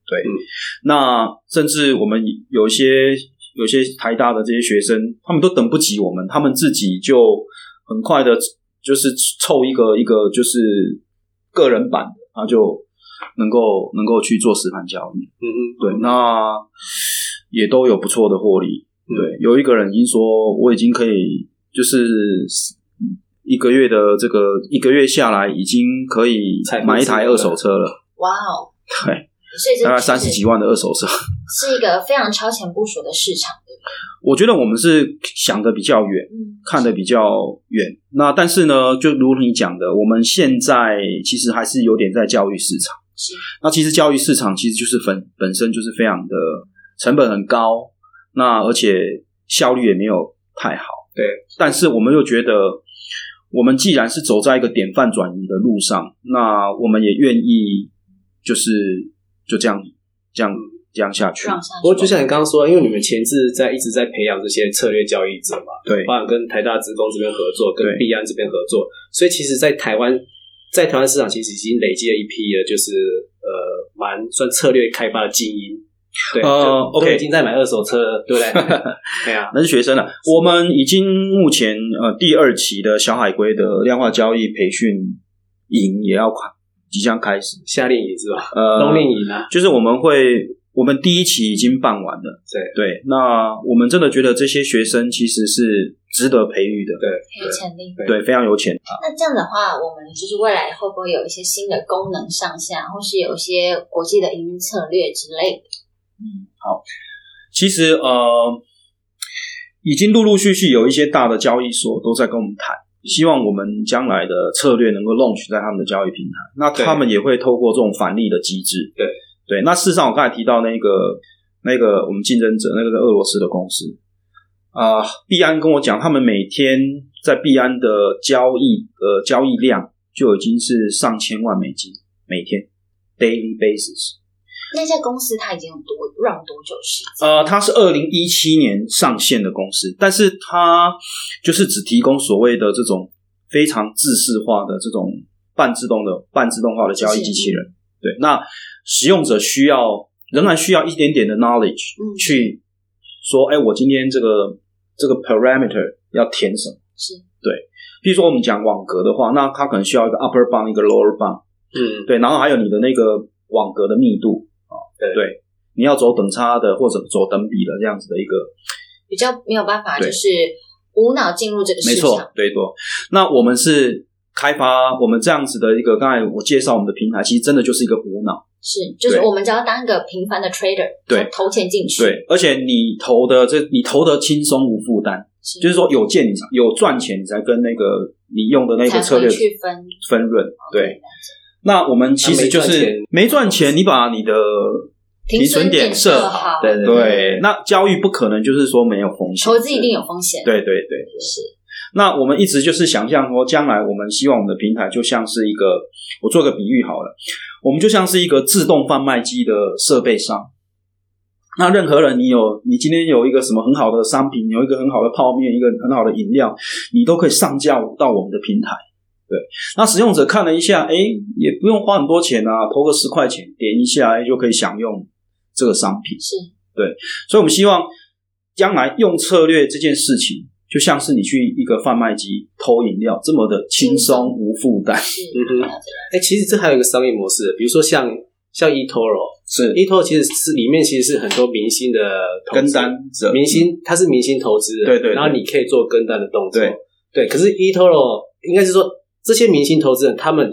[SPEAKER 4] 对，
[SPEAKER 1] 嗯
[SPEAKER 4] 那甚至我们有一些有些台大的这些学生，他们都等不及我们，他们自己就很快的，就是凑一个一个就是个人版的，然后就能够能够去做实盘交易，
[SPEAKER 1] 嗯嗯，
[SPEAKER 4] 对，那也都有不错的获利。
[SPEAKER 1] 嗯
[SPEAKER 4] 对，有一个人已经说，我已经可以，就是一个月的这个一个月下来，已经可以
[SPEAKER 1] 财富
[SPEAKER 4] 买一
[SPEAKER 1] 自
[SPEAKER 4] 台二
[SPEAKER 1] 由了
[SPEAKER 4] 手车了，
[SPEAKER 3] 哇哦，
[SPEAKER 4] 对，
[SPEAKER 3] 所以这
[SPEAKER 4] 大概
[SPEAKER 3] 就是
[SPEAKER 4] 三十几万的二手车。
[SPEAKER 3] 是一个非常超前部署的市场，对不
[SPEAKER 4] 我觉得我们是想的比较远，
[SPEAKER 3] 对？嗯，
[SPEAKER 4] 看得比较远。那但是呢，就如你讲的，我们现在其实还是有点在教育市场
[SPEAKER 3] 是。
[SPEAKER 4] 那其实教育市场其实就是本本身就是非常的成本很高，那而且效率也没有太好。
[SPEAKER 1] 对，
[SPEAKER 4] 但是我们又觉得，我们既然是走在一个典范转移的路上，那我们也愿意就是就这样这样这样下去。
[SPEAKER 3] 让下去。
[SPEAKER 1] 不过就像你刚刚说，因为你们前置在一直在培养这些策略交易者嘛，
[SPEAKER 4] 对
[SPEAKER 1] 包含跟台大职工这边合作，跟
[SPEAKER 4] 对
[SPEAKER 1] 币安这边合作，所以其实，在台湾，在台湾市场其实已经累积了一批的，就是呃，蛮算策略开发的精英，对，
[SPEAKER 4] 呃
[SPEAKER 1] 就都
[SPEAKER 4] OK
[SPEAKER 1] 已经在买二手车了，对不对？ 对啊，
[SPEAKER 4] 那是学生了。我们已经目前呃第二期的小海龟的量化交易培训营也要快即将开始，
[SPEAKER 1] 夏令营是吧？
[SPEAKER 4] 呃，
[SPEAKER 1] 冬令营啊，
[SPEAKER 4] 就是我们会，我们第一期已经办完了。
[SPEAKER 1] 对
[SPEAKER 4] 对，那我们真的觉得这些学生其实是值得培育的，
[SPEAKER 3] 有潜力。
[SPEAKER 1] 对
[SPEAKER 4] 对，啊非常有潜力。
[SPEAKER 3] 那这样的话，我们就是未来会不会有一些新的功能上线，或是有一些国际的营运策略之类的？
[SPEAKER 4] 其实呃，已经陆陆续续有一些大的交易所都在跟我们谈，希望我们将来的策略能够 launch 在他们的交易平台。那他们也会透过这种返利的机制，
[SPEAKER 1] 对
[SPEAKER 4] 对。那事实上，我刚才提到那个那个我们竞争者，那个是俄罗斯的公司啊、币安跟我讲，他们每天在币安的交易呃交易量就已经是上千万美金每天 daily basis。
[SPEAKER 3] 那家公司它已经有多让多久时间？
[SPEAKER 4] 呃，它是二零一七年上线的公司，但是它就是只提供所谓的这种非常制式化的这种半自动的半自动化的交易机器人。对，那使用者需要仍然需要一点点的 knowledge
[SPEAKER 3] 嗯
[SPEAKER 4] 去说，哎、我今天这个这个 parameter 要填什么？
[SPEAKER 3] 是
[SPEAKER 4] 对，比如说我们讲网格的话，那它可能需要一个 upper bound 一个 lower bound。
[SPEAKER 1] 嗯，
[SPEAKER 4] 对，然后还有你的那个网格的密度啊，
[SPEAKER 1] 对
[SPEAKER 4] 对，你要走等差的或者走等比的这样子的一个，
[SPEAKER 3] 比较没有办法，
[SPEAKER 4] 对
[SPEAKER 3] 就是无脑进入这个
[SPEAKER 4] 没
[SPEAKER 3] 市
[SPEAKER 4] 错
[SPEAKER 3] 场。，
[SPEAKER 4] 对多。那我们是开发我们这样子的一个，刚才我介绍我们的平台，其实真的就是一个无脑，
[SPEAKER 3] 是，就是
[SPEAKER 4] 对
[SPEAKER 3] 我们只要当一个平凡的 trader，
[SPEAKER 4] 对
[SPEAKER 3] 投钱进去，
[SPEAKER 4] 对，而且你投的这你投的轻松无负担，
[SPEAKER 3] 是，
[SPEAKER 4] 就是说有见你才有赚钱，你才跟那个你用的那
[SPEAKER 3] 才
[SPEAKER 4] 个策
[SPEAKER 3] 会
[SPEAKER 4] 略
[SPEAKER 3] 去分。
[SPEAKER 4] 分润，对。那我们其
[SPEAKER 1] 啊
[SPEAKER 4] 实
[SPEAKER 1] 没
[SPEAKER 4] 就
[SPEAKER 1] 赚
[SPEAKER 4] 是
[SPEAKER 1] 钱
[SPEAKER 4] 没赚钱，你把你的
[SPEAKER 3] 停损点
[SPEAKER 4] 设
[SPEAKER 3] 设好
[SPEAKER 1] 对对
[SPEAKER 4] 对，那交易不可能就是说没有风险，
[SPEAKER 3] 投资一定有风险。，
[SPEAKER 4] 对对对，
[SPEAKER 3] 是
[SPEAKER 4] 那我们一直就是想象说，将来我们希望我们的平台就像是一个，我做个比喻好了，我们就像是一个自动贩卖机的设备商。那任何人，你有你今天有一个什么很好的商品，有一个很好的泡面，一个很好的饮料，你都可以上架到我们的平台。对，那使用者看了一下，哎，也不用花很多钱啊，投个十块钱，点一下诶就可以享用这个商品。
[SPEAKER 3] 是，
[SPEAKER 4] 所以我们希望将来用策略这件事情，就像是你去一个贩卖机偷饮料这么的轻松无负担。
[SPEAKER 3] 是
[SPEAKER 1] 嗯哼
[SPEAKER 3] 了解了
[SPEAKER 1] 哎、其实这还有一个商业模式，比如说像像 E
[SPEAKER 4] 是
[SPEAKER 1] eToro，eToro 其实是里面其实是很多明星的投
[SPEAKER 4] 跟
[SPEAKER 1] 资
[SPEAKER 4] 单者
[SPEAKER 1] 明星他是明星投资人，
[SPEAKER 4] 对对对
[SPEAKER 1] 然后你可以做跟单的动作，
[SPEAKER 4] 对
[SPEAKER 1] 对可是 E eToro 应该是说这些明星投资人，他们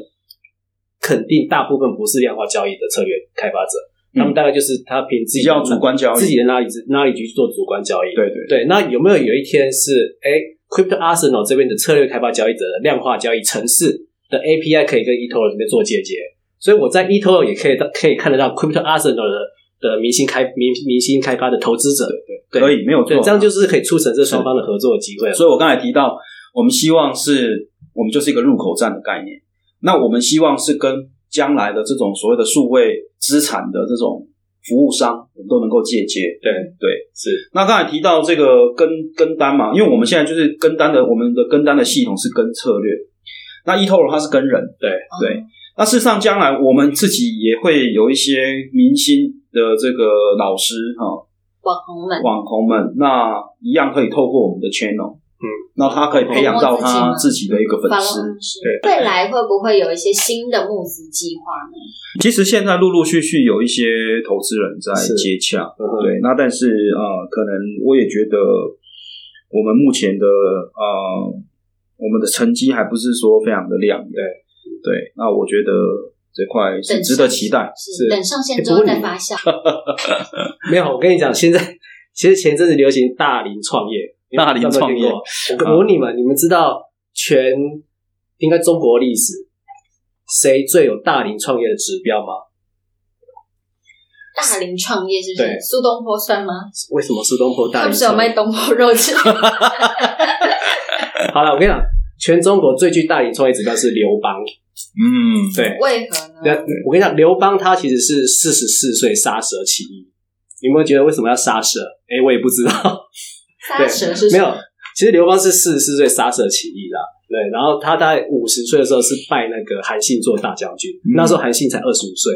[SPEAKER 1] 肯定大部分不是量化交易的策略开发者，他们
[SPEAKER 4] 嗯
[SPEAKER 1] 大概就是他凭自
[SPEAKER 4] 比
[SPEAKER 1] 己
[SPEAKER 4] 较
[SPEAKER 1] 的
[SPEAKER 4] 主观交易，
[SPEAKER 1] 自己的哪里哪里去做主观交易，
[SPEAKER 4] 对对
[SPEAKER 1] 对，那有没有有一天是哎、Crypto Arsenal 这边的策略开发交易者的量化交易城市的 API 可以跟 E eToro 这边做借接，所以我在 E eToro 也可以到可以看得到 Crypto Arsenal 的的明星开明明星开发的投资者，对
[SPEAKER 4] 可以没有错
[SPEAKER 1] 对，。这样就是可以促成这双方的合作机会了。
[SPEAKER 4] 所以我刚才提到，我们希望是我们就是一个入口站的概念。那我们希望是跟将来的这种所谓的数位资产的这种服务商，我们都能够借接。
[SPEAKER 1] 对
[SPEAKER 4] 对，
[SPEAKER 1] 是
[SPEAKER 4] 那刚才提到这个跟跟单嘛，因为我们现在就是跟单的，我们的跟单的系统是跟策略。那 E eToro 它是跟人，
[SPEAKER 1] 对
[SPEAKER 4] 对。那事实上，将来我们自己也会有一些明星的这个老师哈、
[SPEAKER 3] 网红们
[SPEAKER 4] 网红们，那一样可以透过我们的 channel，
[SPEAKER 1] 嗯，
[SPEAKER 4] 那他可以培养到他
[SPEAKER 3] 网红自
[SPEAKER 4] 自己的一个粉丝。
[SPEAKER 3] 是
[SPEAKER 4] 对
[SPEAKER 3] 未来会不会有一些新的募资计划呢？
[SPEAKER 4] 其实现在陆陆续续有一些投资人在
[SPEAKER 1] 是
[SPEAKER 4] 接洽，
[SPEAKER 1] 嗯哼
[SPEAKER 4] 对，那但是呃，可能我也觉得我们目前的呃，我们的成绩还不是说非常的亮眼，对对，那我觉得这块是
[SPEAKER 3] 等
[SPEAKER 4] 值得
[SPEAKER 3] 上
[SPEAKER 4] 期待，
[SPEAKER 3] 是等上线之
[SPEAKER 1] 哎
[SPEAKER 3] 后
[SPEAKER 1] 不过
[SPEAKER 3] 再
[SPEAKER 1] 你
[SPEAKER 3] 发酵，
[SPEAKER 1] 没有，我跟你讲，现在其实前阵子流行大龄创业，你们
[SPEAKER 4] 大龄
[SPEAKER 1] 有没有
[SPEAKER 4] 创
[SPEAKER 1] 听
[SPEAKER 4] 业嗯
[SPEAKER 1] 过我问你们，你们知道全应该中国历史谁最有大龄创业的指标吗？
[SPEAKER 3] 大龄创业是不是
[SPEAKER 1] 对？
[SPEAKER 3] 苏东坡算吗？
[SPEAKER 1] 为什么苏东坡大
[SPEAKER 3] 他
[SPEAKER 1] 龄
[SPEAKER 3] 不是有
[SPEAKER 1] 创
[SPEAKER 3] 卖
[SPEAKER 1] 业？
[SPEAKER 3] 东坡肉之类的
[SPEAKER 1] 好了，我跟你讲，全中国最具大龄创业指标是刘邦。
[SPEAKER 4] 嗯，
[SPEAKER 1] 对，
[SPEAKER 3] 为何
[SPEAKER 1] 那
[SPEAKER 3] 呢？
[SPEAKER 1] 我跟你讲，刘邦他其实是四十四岁杀蛇起义。你有没有觉得为什么要杀蛇？哎、我也不知道。
[SPEAKER 3] 杀蛇是什
[SPEAKER 1] 没
[SPEAKER 3] 么
[SPEAKER 1] 有，其实刘邦是四十四岁杀蛇起义啦。对，然后他在五十岁的时候是拜那个韩信做大将军，
[SPEAKER 4] 嗯
[SPEAKER 1] 那时候韩信才二十五岁，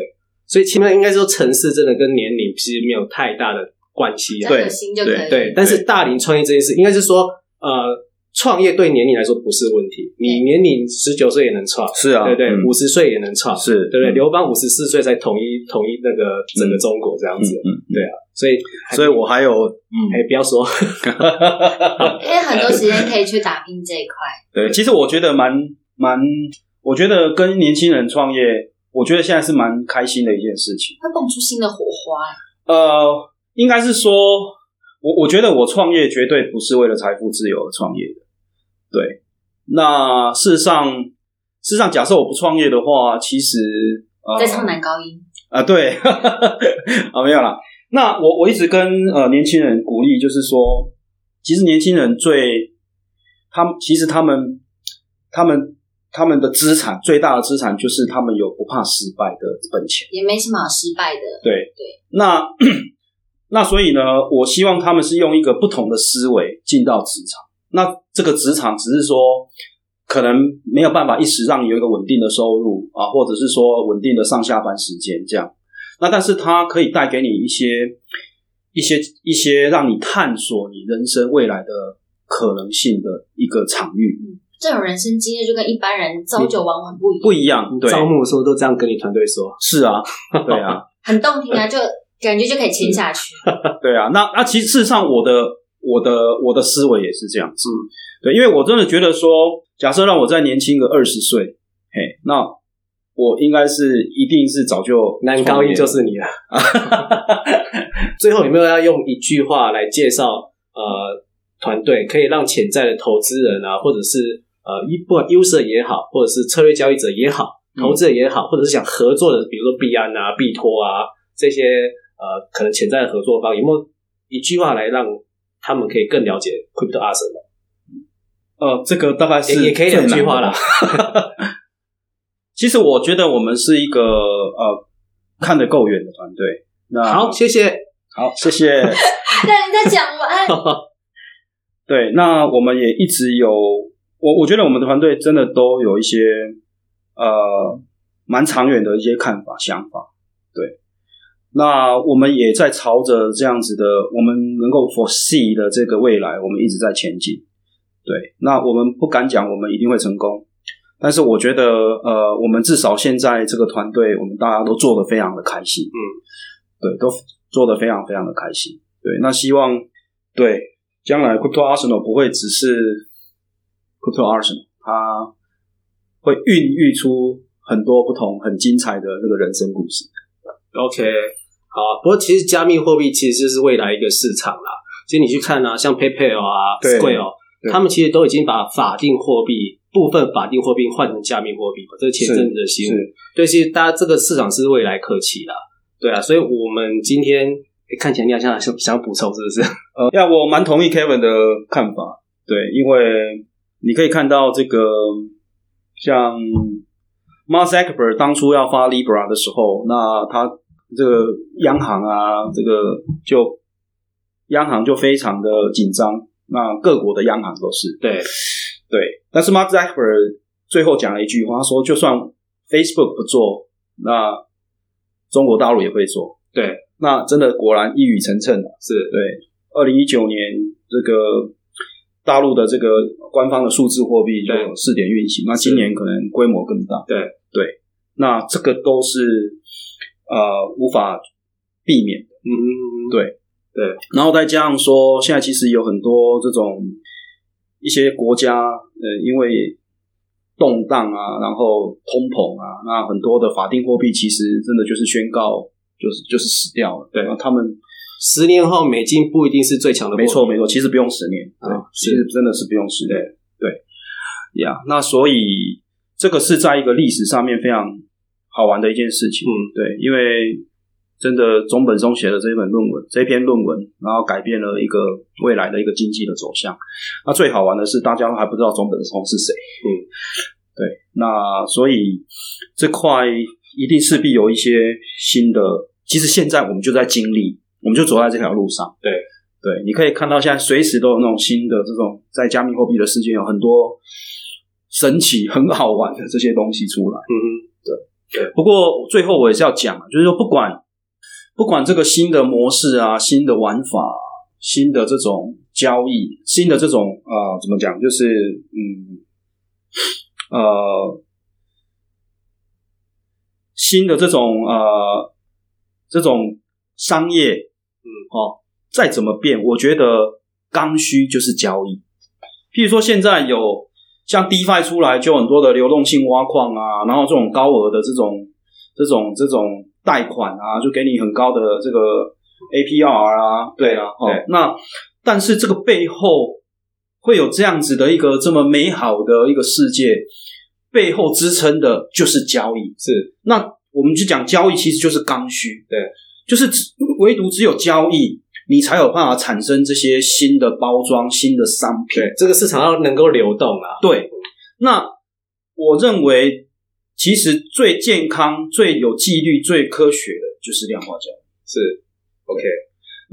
[SPEAKER 1] 所以前面应该说城市真的跟年龄其实没有太大的关系啊。
[SPEAKER 3] 沾个心就可以。
[SPEAKER 1] 对，但是大龄创业这件事，应该是说，呃，创业对年龄来说不是问题，你年龄十九岁也能创，
[SPEAKER 4] 嗯是啊，
[SPEAKER 1] 对不对，
[SPEAKER 4] 嗯
[SPEAKER 1] 五十岁也能创，
[SPEAKER 4] 是，
[SPEAKER 1] 对不对？
[SPEAKER 4] 嗯
[SPEAKER 1] 刘邦五十四岁才统一统一那个整个中国这样子，
[SPEAKER 4] 嗯嗯，
[SPEAKER 1] 所以
[SPEAKER 4] 所以我还有嗯，
[SPEAKER 1] 哎，不要说，
[SPEAKER 3] 因为很多时间可以去打拼这一块。
[SPEAKER 4] 对，其实我觉得蛮蛮，我觉得跟年轻人创业，我觉得现在是蛮开心的一件事情。
[SPEAKER 3] 会蹦出新的火花。
[SPEAKER 4] 呃，应该是说，我我觉得我创业绝对不是为了财富自由而创业的。对，那事实上，事实上，假设我不创业的话，其实呃，
[SPEAKER 3] 在唱男高音，
[SPEAKER 4] 啊，对， 啊，没有啦。那我我一直跟呃年轻人鼓励，就是说，其实年轻人最，他们其实他们他们他们的资产最大的资产就是他们有不怕失败的本钱。
[SPEAKER 3] 也没什么好失败的。
[SPEAKER 4] 对那 那所以呢，我希望他们是用一个不同的思维进到职场。那这个职场只是说，可能没有办法一时让你有一个稳定的收入啊，或者是说稳定的上下班时间这样。那但是它可以带给你一些一些一些让你探索你人生未来的可能性的一个场域，
[SPEAKER 1] 嗯
[SPEAKER 3] 这种人生经验就跟一般人朝九晚五不一样，
[SPEAKER 4] 不一样。对，
[SPEAKER 1] 嗯招募的时候都这样跟你团队说，
[SPEAKER 4] 是啊，对啊。
[SPEAKER 3] 很动听啊，就感觉就可以签下去。
[SPEAKER 1] 嗯
[SPEAKER 4] 对啊，那那其实事实上我的我的我的思维也是这样子，对，因为我真的觉得说，假设让我再年轻个二十岁，嘿，那我应该是一定是早就
[SPEAKER 1] 男高
[SPEAKER 4] 创业
[SPEAKER 1] 一
[SPEAKER 4] 了
[SPEAKER 1] 就是你了。最后有没有要用一句话来介绍呃团队，可以让潜在的投资人啊，或者是呃一不管 user 也好，或者是策略交易者也好，
[SPEAKER 4] 嗯
[SPEAKER 1] 投资者也好，或者是想合作的，比如说币安啊、币托啊这些呃可能潜在的合作方，有没有一句话来让他们可以更了解 Crypto a r s e n
[SPEAKER 4] 呃，这个大概是
[SPEAKER 1] 也也可以两句话啦
[SPEAKER 4] 了。其实我觉得我们是一个呃看得够远的团队。那
[SPEAKER 1] 好，谢谢。
[SPEAKER 4] 好，谢谢。
[SPEAKER 3] 让人家讲完，
[SPEAKER 4] 对，那我们也一直有，我我觉得我们的团队真的都有一些呃蛮长远的一些看法、想法。对，那我们也在朝着这样子的，我们能够 foresee 的这个未来，我们一直在前进。对，那我们不敢讲我们一定会成功，但是我觉得呃，我们至少现在这个团队，我们大家都做得非常的开心，嗯，对，都做得非常非常的开心。对，那希望对将来 Crypto Arsenal 不会只是 Crypto Arsenal，它会孕育出很多不同很精彩的这个人生故事。
[SPEAKER 1] OK，好。啊不过其实加密货币其实就是未来一个市场啦。其实你去看啊，像 PayPal 啊、
[SPEAKER 4] 对
[SPEAKER 1] Square，
[SPEAKER 4] 对
[SPEAKER 1] 他们其实都已经把法定货币部分法定货币换成加密货币嘛，这是前阵子的新闻。
[SPEAKER 4] 是，
[SPEAKER 1] 对，其实大家这个市场是未来可期啦。对啊，所以我们今天、诶看起来你好像想想补充是不 是？
[SPEAKER 4] 呃，呀，我蛮同意 Kevin 的看法，对，因为你可以看到这个像 Mark Zuckerberg 当初要发 Libra 的时候，那他这个央行啊，这个就央行就非常的紧张，那各国的央行都是，
[SPEAKER 1] 对，嗯
[SPEAKER 4] 对，但是 Mark Zuckerberg 最后讲了一句话，他说就算 Facebook 不做，那中国大陆也会做。
[SPEAKER 1] 对，
[SPEAKER 4] 那真的果然一语成谶了。
[SPEAKER 1] 是
[SPEAKER 4] 对，二零一九年这个大陆的这个官方的数字货币就
[SPEAKER 1] 对
[SPEAKER 4] 有试点运行，那
[SPEAKER 1] 是
[SPEAKER 4] 今年可能规模更大。
[SPEAKER 1] 对
[SPEAKER 4] 对，那这个都是呃无法避免的。
[SPEAKER 1] 嗯，
[SPEAKER 4] 对然后再加上说，现在其实有很多这种一些国家，呃，因为动荡啊，然后通膨啊，那很多的法定货币其实真的就是宣告，就是就是死掉了。
[SPEAKER 1] 对
[SPEAKER 4] 然后他们
[SPEAKER 1] 十年后美金不一定是最强的货币，
[SPEAKER 4] 没错没错，其实不用十年，对，
[SPEAKER 1] 啊
[SPEAKER 4] 其实
[SPEAKER 1] 是
[SPEAKER 4] 真的是不用十年，对呀。那所以这个是在一个历史上面非常好玩的一件事情，
[SPEAKER 1] 嗯，
[SPEAKER 4] 对，因为真的中本松写的这一本论文，这篇论文，然后改变了一个未来的一个经济的走向。那最好玩的是，大家都还不知道中本松是谁。嗯，对，那所以这块一定势必有一些新的。其实现在我们就在经历，我们就走在这条路上。
[SPEAKER 1] 对。
[SPEAKER 4] 对，你可以看到现在随时都有那种新的这种在加密货币的世界有很多神奇、很好玩的这些东西出来。
[SPEAKER 1] 嗯哼，
[SPEAKER 4] 不过最后我也是要讲，啊就是说不管不管这个新的模式啊、新的玩法、新的这种交易、新的这种啊、呃怎么讲，就是嗯呃新的这种呃这种商业，嗯哦，再怎么变，我觉得刚需就是交易。譬如说现在有像 DeFi 出来，就很多的流动性挖矿啊，然后这种高额的这种这种这种贷款啊，就给你很高的这个 APR 啊，对啊，哦
[SPEAKER 1] 对，
[SPEAKER 4] 那但是这个背后会有这样子的一个这么美好的一个世界，背后支撑的就是交易，是那我们就讲交易其实就是刚需，
[SPEAKER 1] 对，
[SPEAKER 4] 就是只唯独只有交易。你才有办法产生这些新的包装、新的商品，
[SPEAKER 1] 对，这个市场要能够流动啊，
[SPEAKER 4] 对，那我认为，其实最健康、最有纪律、最科学的就是量化交易。
[SPEAKER 1] 是 OK，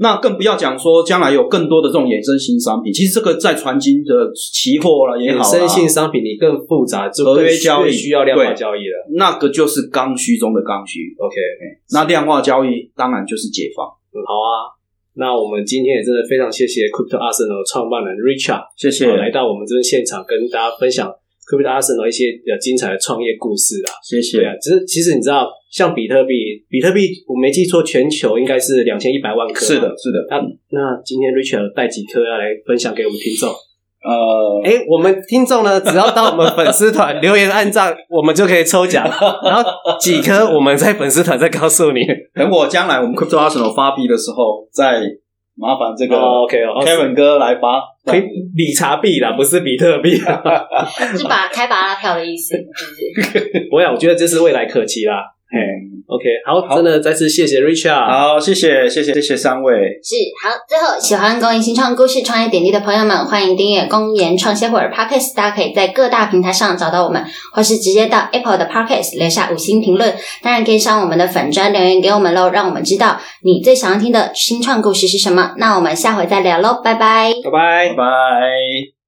[SPEAKER 4] 那更不要讲说将来有更多的这种衍生新商品，其实这个在传经的期货啦也好
[SPEAKER 1] 衍
[SPEAKER 4] 啦，
[SPEAKER 1] 生性商品你更复杂，就
[SPEAKER 4] 合
[SPEAKER 1] 更
[SPEAKER 4] 约交易
[SPEAKER 1] 需要量化
[SPEAKER 4] 对
[SPEAKER 1] 交易了。
[SPEAKER 4] 那个就是刚需中的刚需。
[SPEAKER 1] OK，
[SPEAKER 4] 那量化交易当然就是解放。
[SPEAKER 1] 好啊，那我们今天也真的非常谢谢 Crypto Arsenal 的创办人 Richard
[SPEAKER 4] 谢谢
[SPEAKER 1] 好来到我们这边现场跟大家分享 Crypto Arsenal 一些比较精彩的创业故事啊。
[SPEAKER 4] 谢
[SPEAKER 1] 对啊
[SPEAKER 4] 谢，，
[SPEAKER 1] 只是其实你知道，像比特币，比特币我没记错，全球应该是两千一百万颗。
[SPEAKER 4] 是的，。是的。
[SPEAKER 1] 那那今天 Richard 有带几颗要来分享给我们听众？
[SPEAKER 4] 呃，
[SPEAKER 1] 哎，我们听众呢，只要到我们粉丝团留言按赞，我们就可以抽奖。然后几颗，我们在粉丝团再告诉 你。
[SPEAKER 4] 等我将来我们 Crypto Arsenal 发币的时候，再麻烦这个
[SPEAKER 1] 哦 OK 哦
[SPEAKER 4] Kevin 哥来发。
[SPEAKER 1] 可以理查币啦，不是比特币 啦。
[SPEAKER 3] 是把开拔拉票的意思，是不是？
[SPEAKER 1] 我啊想，我觉得这是未来可期啦。
[SPEAKER 4] 嗯
[SPEAKER 1] OK，好，真的再次谢谢 Richard。
[SPEAKER 4] 好，谢谢，谢谢，谢谢三位。
[SPEAKER 3] 是好，最后喜欢公益新创故事创业点滴的朋友们，欢迎订阅公研创协会的 Podcast，大家可以在各大平台上找到我们，或是直接到 Apple 的 Podcast 留下五星评论，当然可以上我们的粉专留言给我们喽，让我们知道你最想要听的新创故事是什么。那我们下回再聊喽，拜拜。
[SPEAKER 1] 拜拜
[SPEAKER 4] 拜。拜。